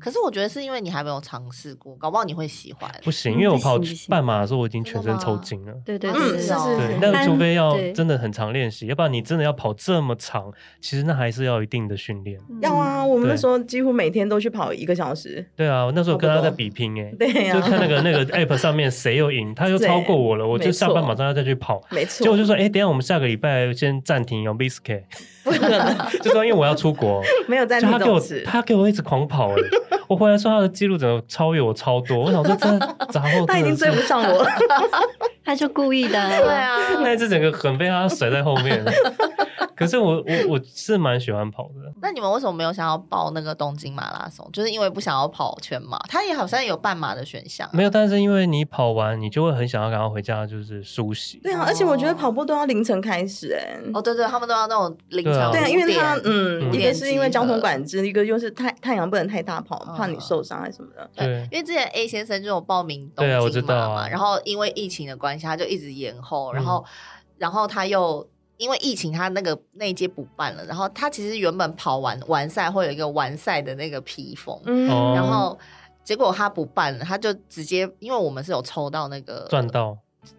可是我觉得是因为你还没有尝试过，搞不好你会喜欢。
不行。
嗯
因为我
不行
跑
不行
半马的时候，我已经
真的
全身抽
吗
筋了。
对对
嗯
对
是
对
是
对
对
是，
那个
但
除非要
对
真的很常练习，要不然你真的要跑这么长，其实那还是要一定的训练。
要啊，我们那
对
时候几乎每天都去跑一个小时。
对啊，我那时候跟他
差不
在
多
比拼哎、
对呀、
就看那个那个 app 上面谁又赢，他又超过我了，我就
没
下班
错
马上要再去跑。
没
结
错
果，就说，哎、等一下我们下个礼拜先暂停用 biscuit，不可能， 就说因为我要出国，
没有在
就他
那
给我
种事。
他给我一直狂跑哎、我回来说他的记录怎么超越我超多，我想说这杂 货
他已
哦真
经
的
追不
是，
上我了，
他就故意的、
对啊，
那一次整个很被他甩在后面了。可是我我我是蛮喜欢跑的，
那你们为什么没有想要报那个东京马拉松？就是因为不想要跑全马，它也好像有半马的选项。啊
没有，但是因为你跑完，你就会很想要赶快回家，就是梳洗。
对啊，而且我觉得跑步都要凌晨开始哎、
哦，对对，他们都要那种凌晨
对啊
五
对啊，因为它
点
嗯，
嗯
一个是因为交通
五点集合
管制，一个就是太太阳不能太大跑，怕你受伤还是什么
哦
的。
对
因为之前 A 先生就有报名东
对啊我知
京
道
马
啊
嘛，然后因为疫情的关系，他就一直延后，然
嗯
后、然后他又因为疫情，他那个那一届不办了，然后他其实原本跑完完赛会有一个完赛的那个披风，
嗯，
哦
然后。结果他不办了，他就直接，因为我们是有抽到那个
赚到，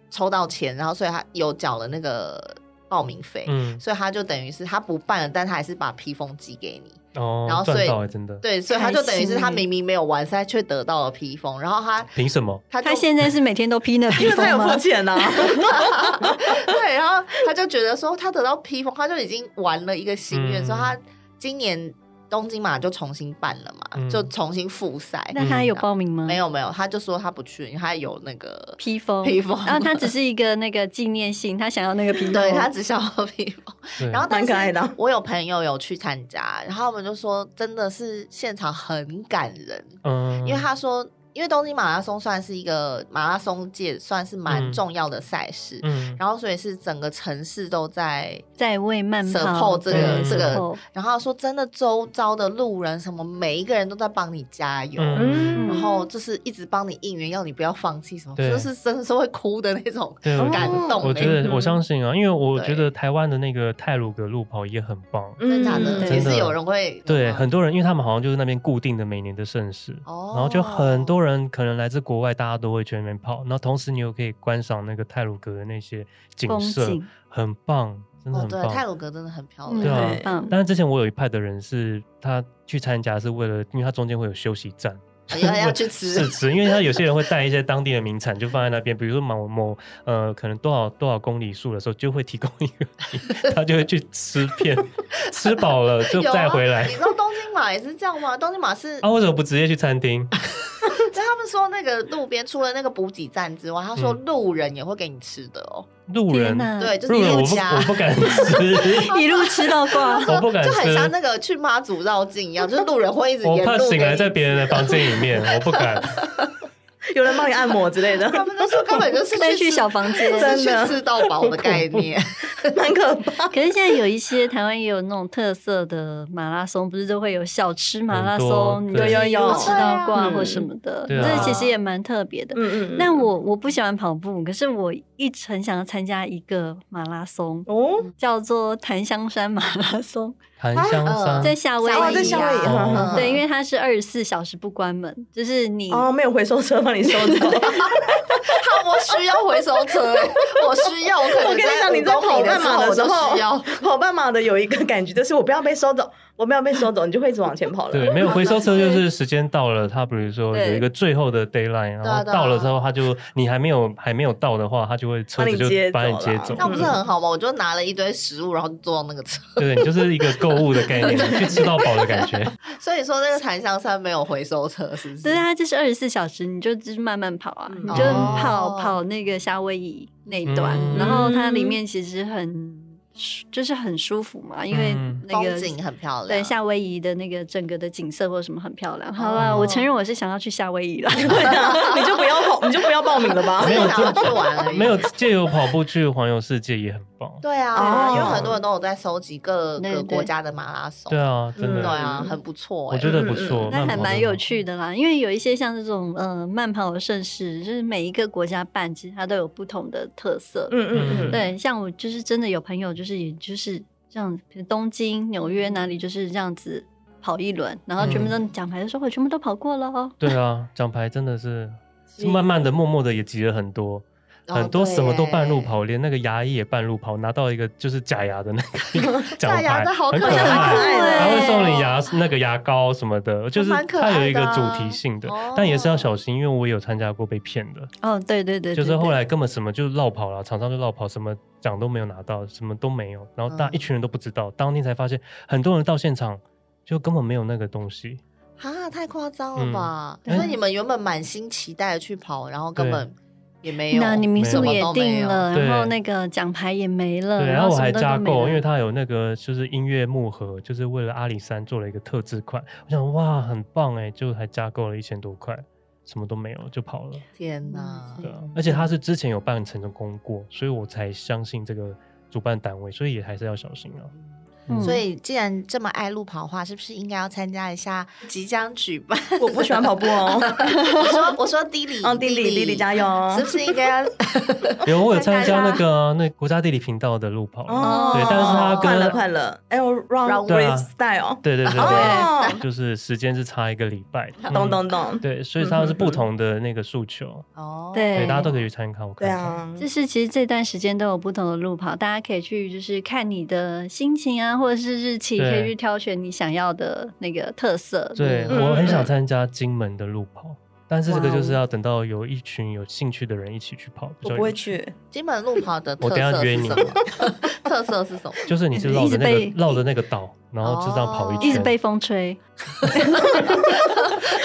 抽到钱，然后所以他有缴了那个报名费，
嗯，
所以他就等于是他不办了，但他还是把披风寄给你。
哦，
然后所以
赚到、欸、真的，
对，所以他就等于
开
是
心
他
耶
明明没有完赛，却得到了披风，然后他
凭什么？
他就
他现在是每天都披那披
因为
风
他有啊
吗
付？钱呐、
对，然后他就觉得说他得到披风，他就已经完了一个心愿，
嗯
说他今年东京马就重新办了嘛，
嗯
就重新复赛。
那他有报名吗？
没有没有，他就说他不去，因为他有那个，
披风，
披风
然后他 只是一个那个纪念性，他想要那个披风。
对他只想要披风。
对
然后但
蛮可爱
是
的啊
我有朋友有去参加，然后他们就说真的是现场很感人，
嗯，
因为他说。因为东京马拉松算是一个马拉松界算是蛮
嗯
重要的赛事，
嗯，
然后所以是整个城市都在
在为慢跑
support 这个
对
这个
support
然后说真的，周遭的路人什么，每一个人都在帮你加油，
嗯
然后就是一直帮你应援，要你不要放弃什么，
对
就是真的是会哭的那种
对，我觉
感
得。
动、欸。
我觉得
嗯
我相信啊，因为我觉
对
得台湾的那个泰鲁格路跑也很棒，
真的假
嗯
的，
真
也
的
是有人会
对，很多人，因为他们好像就是那边固定的每年的盛事，
嗯哦
然后就很多人可能来自国外，大家都会去那边跑，然后同时你又可以观赏那个泰鲁格的那些景
风
色，
景，
很棒，真的
哦
很，
对
棒。，
泰鲁格真的很漂
嗯，
对
亮。
啊
很 棒。
但是之前我有一派的人是他去参加是为了，因为他中间会有休息站。
要
啊
要 去吃
试吃，因为他有些人会带一些当地的名产，就放在那边，比如说某某呃，可能多少多少公里数的时候，就会提供一 个，他就会去吃片，吃饱了就
有啊
再回来。
你知道东京马也是这样吗？东京马是，
啊，为什么不直接去餐厅？
就他们说那个路边除了那个补给站之外，他说
嗯
路人也会给你吃的哦。
路人
天，哪，，
对，就是
路
一
人我
路
不
加
我。不 敢吃。
一路吃到挂
我不敢
就很像
吃，
那个去妈祖绕境 一样，就是路人会一直
我
沿
怕
路
醒
给
来
你
在别人的房间里面，我不敢。
有人帮你按摩之类的，
他们都说根本 就是
再去
去
小房 间，
真
吃去
的
吃到饱的概 念，
蛮可怕。
可是现在有一些台湾也有那种特色的马拉松，不是都会有小吃马拉松，你
很多
就
对
是一路吃到挂
有有有
或什么的，
嗯对啊
这其实也蛮特别的。
嗯嗯，
那我我不喜欢跑步，可是我一直很想要参加一个马拉松，
哦，
叫做檀香山马拉松，
檀 香
嗯
山
在夏威夷、
哦
啊。
在夏威夷
嗯
嗯
对，因为它是二十四小时不关门，就是你
哦，没有回收车帮你收 走。
他我需要回收车，欸 我需要，我可能
我跟你讲，你在
在
跑半马
的
的时
我都
候
需要。，
跑半马的有一个感觉就是我不要被收走，我不要被收走，你就会一直往前跑了。
对，没
嗯
有回收车就是时间到了，他比如说有一个最后的 d a y l
啊
i n e 然后到了之后，他就你还没有还没有到的话，他就会车子就把你接走。
那不是很好吗？我就拿了一堆食物，然后坐到那个车。
对，你就是一个购物的概念，去吃到饱的感觉。
所以说那个檀香山没有回收车，是不
对
是？
啊，就是二十四小时，你就就是慢慢跑啊，
嗯
你就
哦
跑、跑那个夏威夷那一段，
嗯
然后它里面其实很舒就是很舒服嘛，因为
嗯
那个
风景很漂亮，
对夏威夷的那个整个的景色或者什么很漂
哦
亮。好啦，我承认我是想要去夏威夷了。
嗯
对啊， 你就不要报，你就不要报名了吧
没。有
想要去玩而已
没有借由跑步去环游世界也很棒。
对啊，
哦
因为很多人都有在收集各
对对
个国家的马拉松，
对啊，真
对
的，
啊，很不错欸。
我觉得不错，
那
哦慢
还
跑
蛮
真
有
好
趣的啦，因为有一些像这种呃慢跑的盛事，就是每一个国家办，其实它都有不同的特色。
嗯嗯嗯，
对，像我就是真的有朋友，就是也就是这样，比如东京、纽约哪里就是这样子跑一轮，然后全部都
嗯
奖牌就说我全部都跑过了哦。
对啊，奖牌真的 是
是
慢慢的、默默的也集了很多，
哦
很多什么都半路。
对耶
跑，连那个牙医也半路跑，拿到一个就是假牙的那 个奖
假牙
牌，
的好
很
可
可
爱
爱。啊
哦
还会送你 牙那个牙膏什么的，就是
蛮可
它有
爱
一个
的
主
啊
题性的
哦，
但也是要小心，因为我有参加过被骗的，
哦，对对对，
就是
对
后
对
来根本什么就落跑了，厂商就落跑，什么奖都没有拿到，什么都没有，然后大
嗯
一群人都不知道，当天才发现，很多人到现场就根本没有那个东西，
啊，太夸张了吧！
哎
嗯
所以你们原本满心期待的去跑，然后根本也没有，
那你民
什
宿
么
也定了，
对
然后那个奖牌也没了，
对，
嗯然
然后
后
我
什么
还
都
加
都没
购，
了。
因为它有那个就是音乐木盒，就是为了阿里山做了一个特制款。我想哇，很棒哎，就还加购了一千多块，什么都没有就跑了。
天哪！
嗯
对啊，而且它是之前有办成功过，所以我才相信这个主办单位，所以也还是要小心啊。
嗯
所以既然这么爱路跑的话，是不是应该要参加一下即将 举办？
我不喜欢跑步 哦。
我说我说地
哦
理，
嗯，弟弟弟弟加油！
是不是应该 要？
有我有参
参加
加
啦
那个啊、那国家地理频道的路跑了，
哦，
对但是他跟
快了快哎了，L Round
对啊
With Style，
对对对对，
哦
就是时间是差一个礼拜的，
懂
嗯
懂懂，
对，所以它是不同的那个诉求，
哦，
对
对，大家都可以去参考。
对
看看，
啊，
就是其实这段时间都有不同的路跑，大家可以去就是看你的心情啊，或者是日期，
对
可以去挑选你想要的那个特色。
对，
嗯
我很想
嗯
参加金门的路跑，但是这个
哇哦
就是要等到有一群有兴趣的人一起去跑，比
我
较
不会
有趣。
去，
金门路跑的特
我等一
色
下约
是
你
什 么？特色是什么？
就是你是绕
一
着
直
那个
被
绕着那个岛，然后就这样跑一
哦
一
圈，
直被风吹，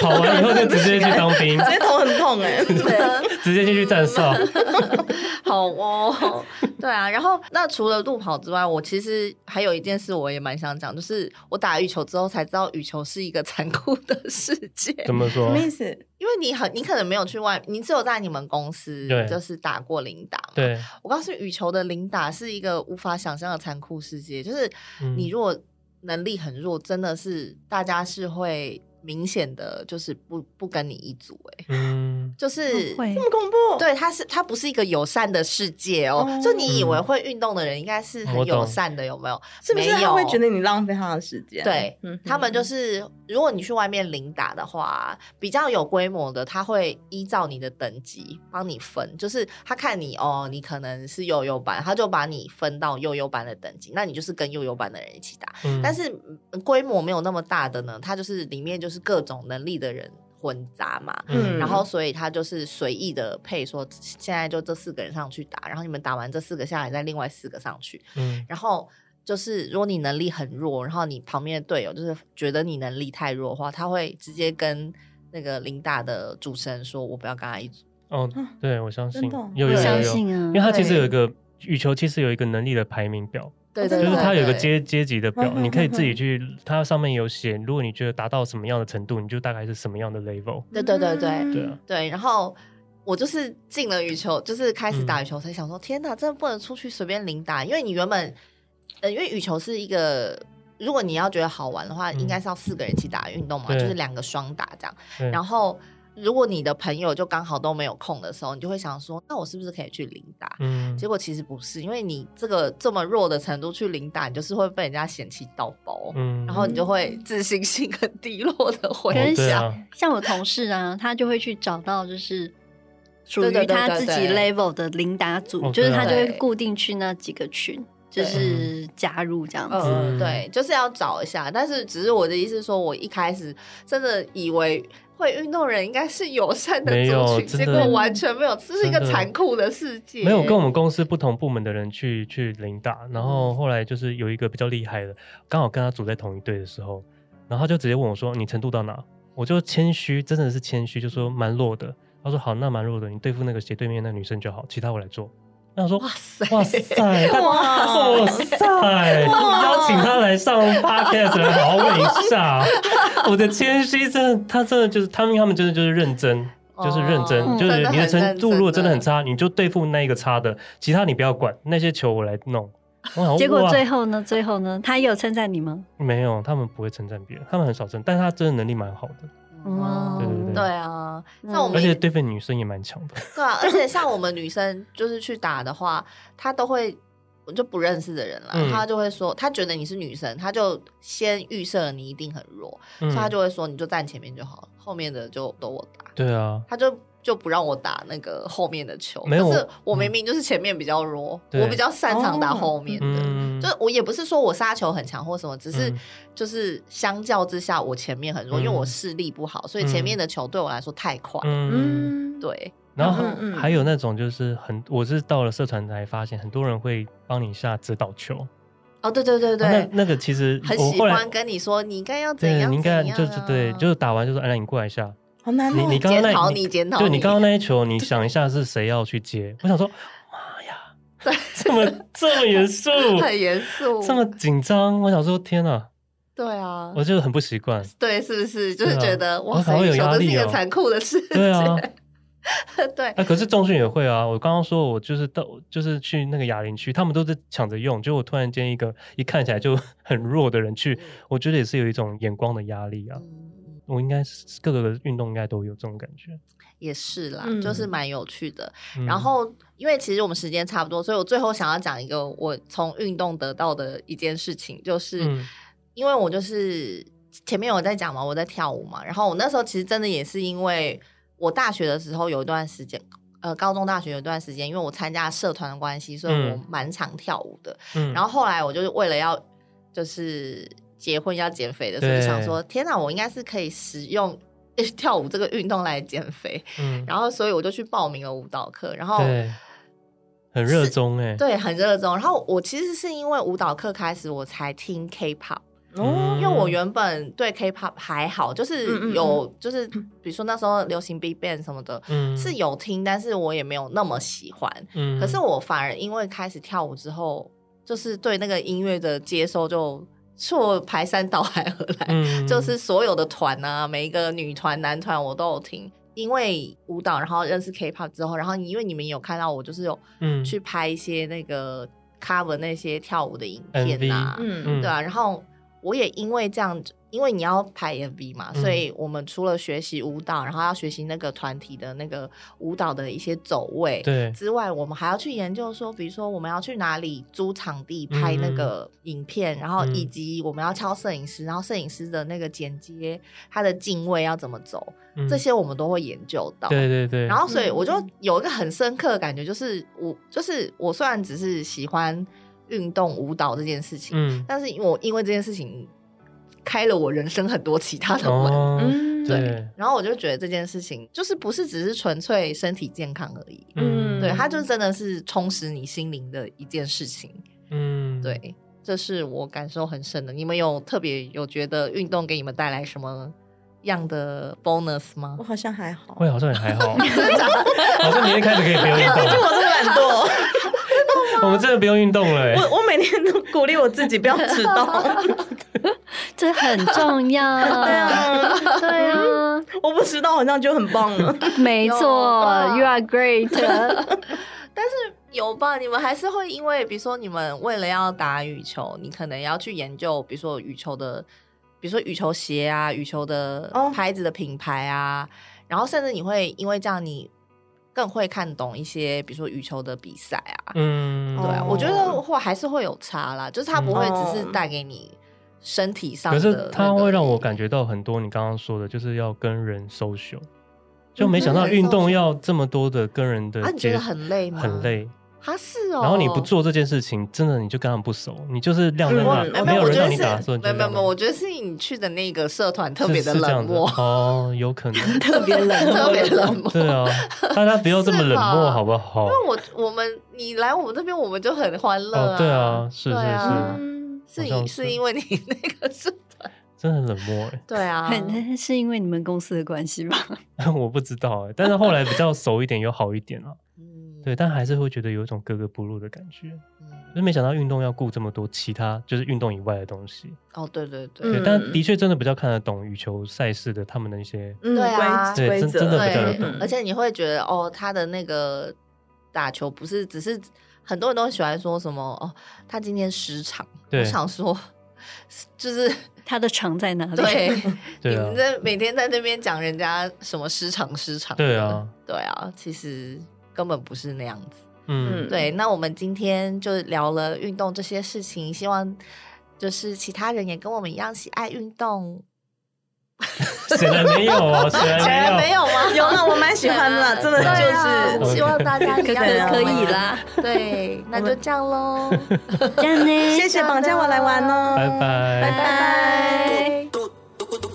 跑完以后就直接去当兵，
直接头很痛 哎。
直接进去站哨。
好哦，对啊。然后那除了路跑之外，我其实还有一件事我也蛮想讲，就是我打羽球之后才知道羽球是一个残酷的世界，
怎么
什
说
么？意思？
因为你很你可能没有去外，你只有在你们公司
对
就是打过零打。，
对，
我告诉你，羽球的零打是一个无法想象的残酷世界，就是
嗯
你如果能力很弱，真的是大家是会明显的就是不不跟你一组、欸，哎，
嗯，
就是
会
这么恐怖？
对，它是它不是一个友善的世界哦。
哦
就你以为会运动的人，应该是
嗯
很
我懂
友善的，有没有？
是不是
没
他
有
会觉得你浪费他的时间？
对
嗯哼
他们就是，如果你去外面领打的话，比较有规模的，他会依照你的等级帮你分，就是他看你哦，你可能是幼幼班，他就把你分到幼幼班的等级，那你就是跟幼幼班的人一起打。
嗯
但是嗯规模没有那么大的呢，它就是里面就是各种能力的人混杂嘛，
嗯
然后所以他就是随意的配说，现在就这四个人上去打，然后你们打完这四个下来，再另外四个上去，
嗯
然后。就是如果你能力很弱，然后你旁边的队友就是觉得你能力太弱的话，他会直接跟那个林大的主持人说：“我不要跟他一组。
哦，对我相信
嗯真的哦
有
我
有有
相
有，
信啊
因为。它其实有一个羽球，其实有一个能力的排名表。
对”
哦真
对
的
就
对，
是它有个
对
阶阶级的表，
嗯
你可以自己
嗯
去，它上面有写，如果你觉得达到什么样的程度，你就大概是什么样的 level。
对对对对
对啊，
对，然后我就是进了羽球，就是开始打
嗯
羽球，才想说、天哪，真的不能出去随便零打，因为你原本，呃，因为羽球是一个。如果你要觉得好玩的话，
嗯
应该是要四个人一起打运动嘛，
对
就是两个双打这样。
嗯对
然后，如果你的朋友就刚好都没有空的时候，你就会想说，那我是不是可以去零打？
嗯
结果其实不是，因为你这个这么弱的程度去零打，你就是会被人家嫌弃到爆，
嗯
然后你就会自信心很低落的回
可是
对
家。
像、
啊
像我同事啊，他就会去找到就是属
对对
于
对
他
对
自己
对
level 的领打组，
哦
就是
对啊
他就会
对
固定去那几个群，就是加入这样子。
嗯
嗯，对，就是要找一下。但是只是我的意思是说，我一开始真的以为会运动人应该是友善的
没有
族群，
真
结
的
果完全没有，这是一个
真的
残酷的世界。
没有跟我们公司不同部门的人去去领打，然
嗯
后后来就是有一个比较厉害的，刚好跟他组在同一队的时候，然后他就直接问我说：“你程度到哪？”我就谦虚，真的是谦虚，就说蛮弱的。他说：“好，那蛮弱的，你对付那个斜对面那女生就好，其他我来做。”我想说，
哇塞，
哇塞，他哇
哇
塞！邀请他来上 podcast 来好好问一下，我的谦虚真的，他真的就是他们他们真的就是认真，
哦
就是认真，
嗯
就是你的
真的很
程度如果
认真
真
的
的很差，你就对付那一个差的，其他你不要管，那些球我来弄。我想说
结果
哦哇
最后呢？最后呢？他也有称赞你吗？
没有，他们不会称赞别人，他们很少称，但是他真的能力蛮好的，
哇
对对对
对啊，
嗯
像我
而
们
且对付女生也蛮强的。
对啊，而且像我们女生就是去打的话，她都会。我就不认识的人啦，
嗯
她就会说，她觉得你是女生，她就先预设你一定很弱，
嗯
所以她就会说你就站前面就好了，后面的就都我打，
对啊，
她就就不让我打那个后面的球。
没有
可是我
嗯
明明就是前面比较弱，
对
我比较擅长打
哦
后面的，
嗯，
就我也不是说我杀球很强或什么，只是
嗯
就是相较之下，我前面很弱，
嗯
因为我视力不好，所以前面的球对我来说太快。
嗯。
嗯，
对，
然后
嗯嗯嗯
还有那种就是很，我是到了社团才发现，很多人会帮你下指导球。
哦，对对对对
啊那，那个其实
很
我
喜
后来
欢跟你说你应该要怎
对，
样，
你应该
怎样啊
就是对，就是打完就说，哎，你过来一下。
好难
你
哦。
你刚刚那，
检讨你，检讨
对你刚刚 那一球，你想一下是谁要去接？我想说，妈呀，这么这么严肃，
很严肃，
这么紧张，我想说，天哪，
对啊，
我就很不习惯。
对， 是不是就
对
是
啊
觉得
我
哇
好
塞，
有
羽球
压
这是
力
一个
哦
残酷的事，
对啊，
对，
哎，可是重训也会啊。我刚刚说我就是到就是去那个哑铃区，他们都在抢着用，结果突然间一个一看起来就 很弱的人去，我觉得也是有一种眼光的压力啊。
嗯
我应该是各个运动应该都有这种感觉。
也是啦，
嗯
就是蛮有趣的。
嗯
然后，因为其实我们时间差不多，所以我最后想要讲一个我从运动得到的一件事情，就是、
嗯
因为我就是前面有在讲嘛，我在跳舞嘛，然后我那时候其实真的也是因为我大学的时候有一段时间。呃，高中、大学有一段时间，因为我参加社团的关系，所以
嗯
我蛮常跳舞的。
嗯
然后后来我就是为了要就是结婚要减肥的时候，
对
就想说天哪，我应该是可以使用 跳舞这个运动来减肥。
嗯
然后所以我就去报名了舞蹈课，然后
对，很热衷哎、
对很热衷。然后我其实是因为舞蹈课开始我才听 K-pop，
嗯
哦，
因为我原本对 K-pop 还好，就是
嗯嗯
有就是比如说那时候流行 Big Bang 什么的。
嗯
是，有听，但是我也没有那么喜欢。
嗯
可是我反而因为开始跳舞之后，就是对那个音乐的接收就错排山倒海而来。
嗯
就是所有的团啊，每一个女团、男团我都有听，因为舞蹈，然后认识 K-pop 之后，然后因为你们有看到我，就是有
嗯
去拍一些那个 cover 那些跳舞的影片啊，
MV
嗯
嗯
对啊，然后我也因为这样，因为你要拍 MV 嘛，
嗯
所以我们除了学习舞蹈，然后要学习那个团体的那个舞蹈的一些走位，
对
之外，我们还要去研究说，比如说我们要去哪里租场地拍那个影片，然后
嗯
以及我们要敲摄影师，然后摄影师的那个剪接，他的镜位要怎么走，
嗯
这些我们都会研究到。
对对对，
然后，所以
嗯
我就有一个很深刻的感觉，就是我就是我虽然只是喜欢运动舞蹈这件事情，
嗯
但是我因为这件事情开了我人生很多其他的门。
哦
嗯
对
然后我就觉得这件事情就是不是只是纯粹身体健康而已，
嗯
对，它就真的是充实你心灵的一件事情。
嗯
对，这是我感受很深的。你们有特别有觉得运动给你们带来什么样的 bonus 吗
我？好像还好
我，也好像也还 好， 好像明天开始可以不用运
毕竟
动，
哎我是懒惰，
我们真的不用运动了、欸。
我我每天都鼓励我自己不要迟 到。
这很重要。
对，啊，
对 啊，
我不迟到好像就很棒了。
没错
嗯有嗯
，You are great。
但是有吧，你们还是会因为，比如说你们为了要打羽球，你可能要去研究，比如说羽球的，比如说羽球鞋啊，羽球的
哦
牌子的品牌啊，然后甚至你会因为这样，你更会看懂一些，比如说羽球的比赛啊，
嗯，
对啊，
哦
我觉得或还是会有差啦，就是它不会只是
嗯
带给你身体上
可
的、那
是它会让我
觉
感觉到很多你刚刚说的，就是要跟人 social，就
嗯
没想到运动要这么多的跟人
啊，
的
你觉
接，
得很累吗？
很，累。
啊是哦。
然后你不做这件事情，真的你就跟他们不熟，你就是晾在
嗯
我，
我
那，没有
我
人
觉
让
得
你
是
打的时候，你
没
就
有没
晾
有没
在
有，
那
我觉得是你去的那个社团特
是
别的
是这
冷
样
漠，
哦，有可能
特别冷漠
特别冷漠。
对啊，大家不要这么冷
是吧
漠好不好
因？为我我们你来我们这边，我们就很欢乐、
哦，对啊，是
对啊
是
嗯，
是
好像
你
是
是因为你 那个是，
是，真的很冷漠哎。
对啊，
很是因为你们公司的关系吧？
欸我不知道哎、但是后来比较熟一点，有好一点了、
嗯
对，但还是会觉得有一种格格不入的感觉。
嗯
就没想到运动要顾这么多其他，就是运动以外的东西。
哦，对对对，
对，
嗯
但的确真的比较看得懂羽球赛事的他们的一些，
嗯
对啊
对
规规
真
则
真的比较有
对
懂，
而且你会觉得哦，他的那个打球不是只是很多人都喜欢说什么哦，他今天失常，我
对
想说就是
他的长在哪里？
对，
对
你们
啊，
在每天在那边讲人家什么失常失常，
对啊，
对啊，其实根本不是那样子。
嗯，
嗯
对，那我们今天就聊了运动这些事情，希望就是其他人也跟我们一样喜爱运动。
显然没有啊， 显
显然
然
哎没
有。
有吗？
有啦，我蛮喜欢 的啦，真的
对啊
就是
是
希望大家一
可
样
可
对啊
可以。啦，
对，那就这样 喽，
这样呢？
谢谢绑架我来玩哦，
拜拜
拜拜。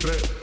tres.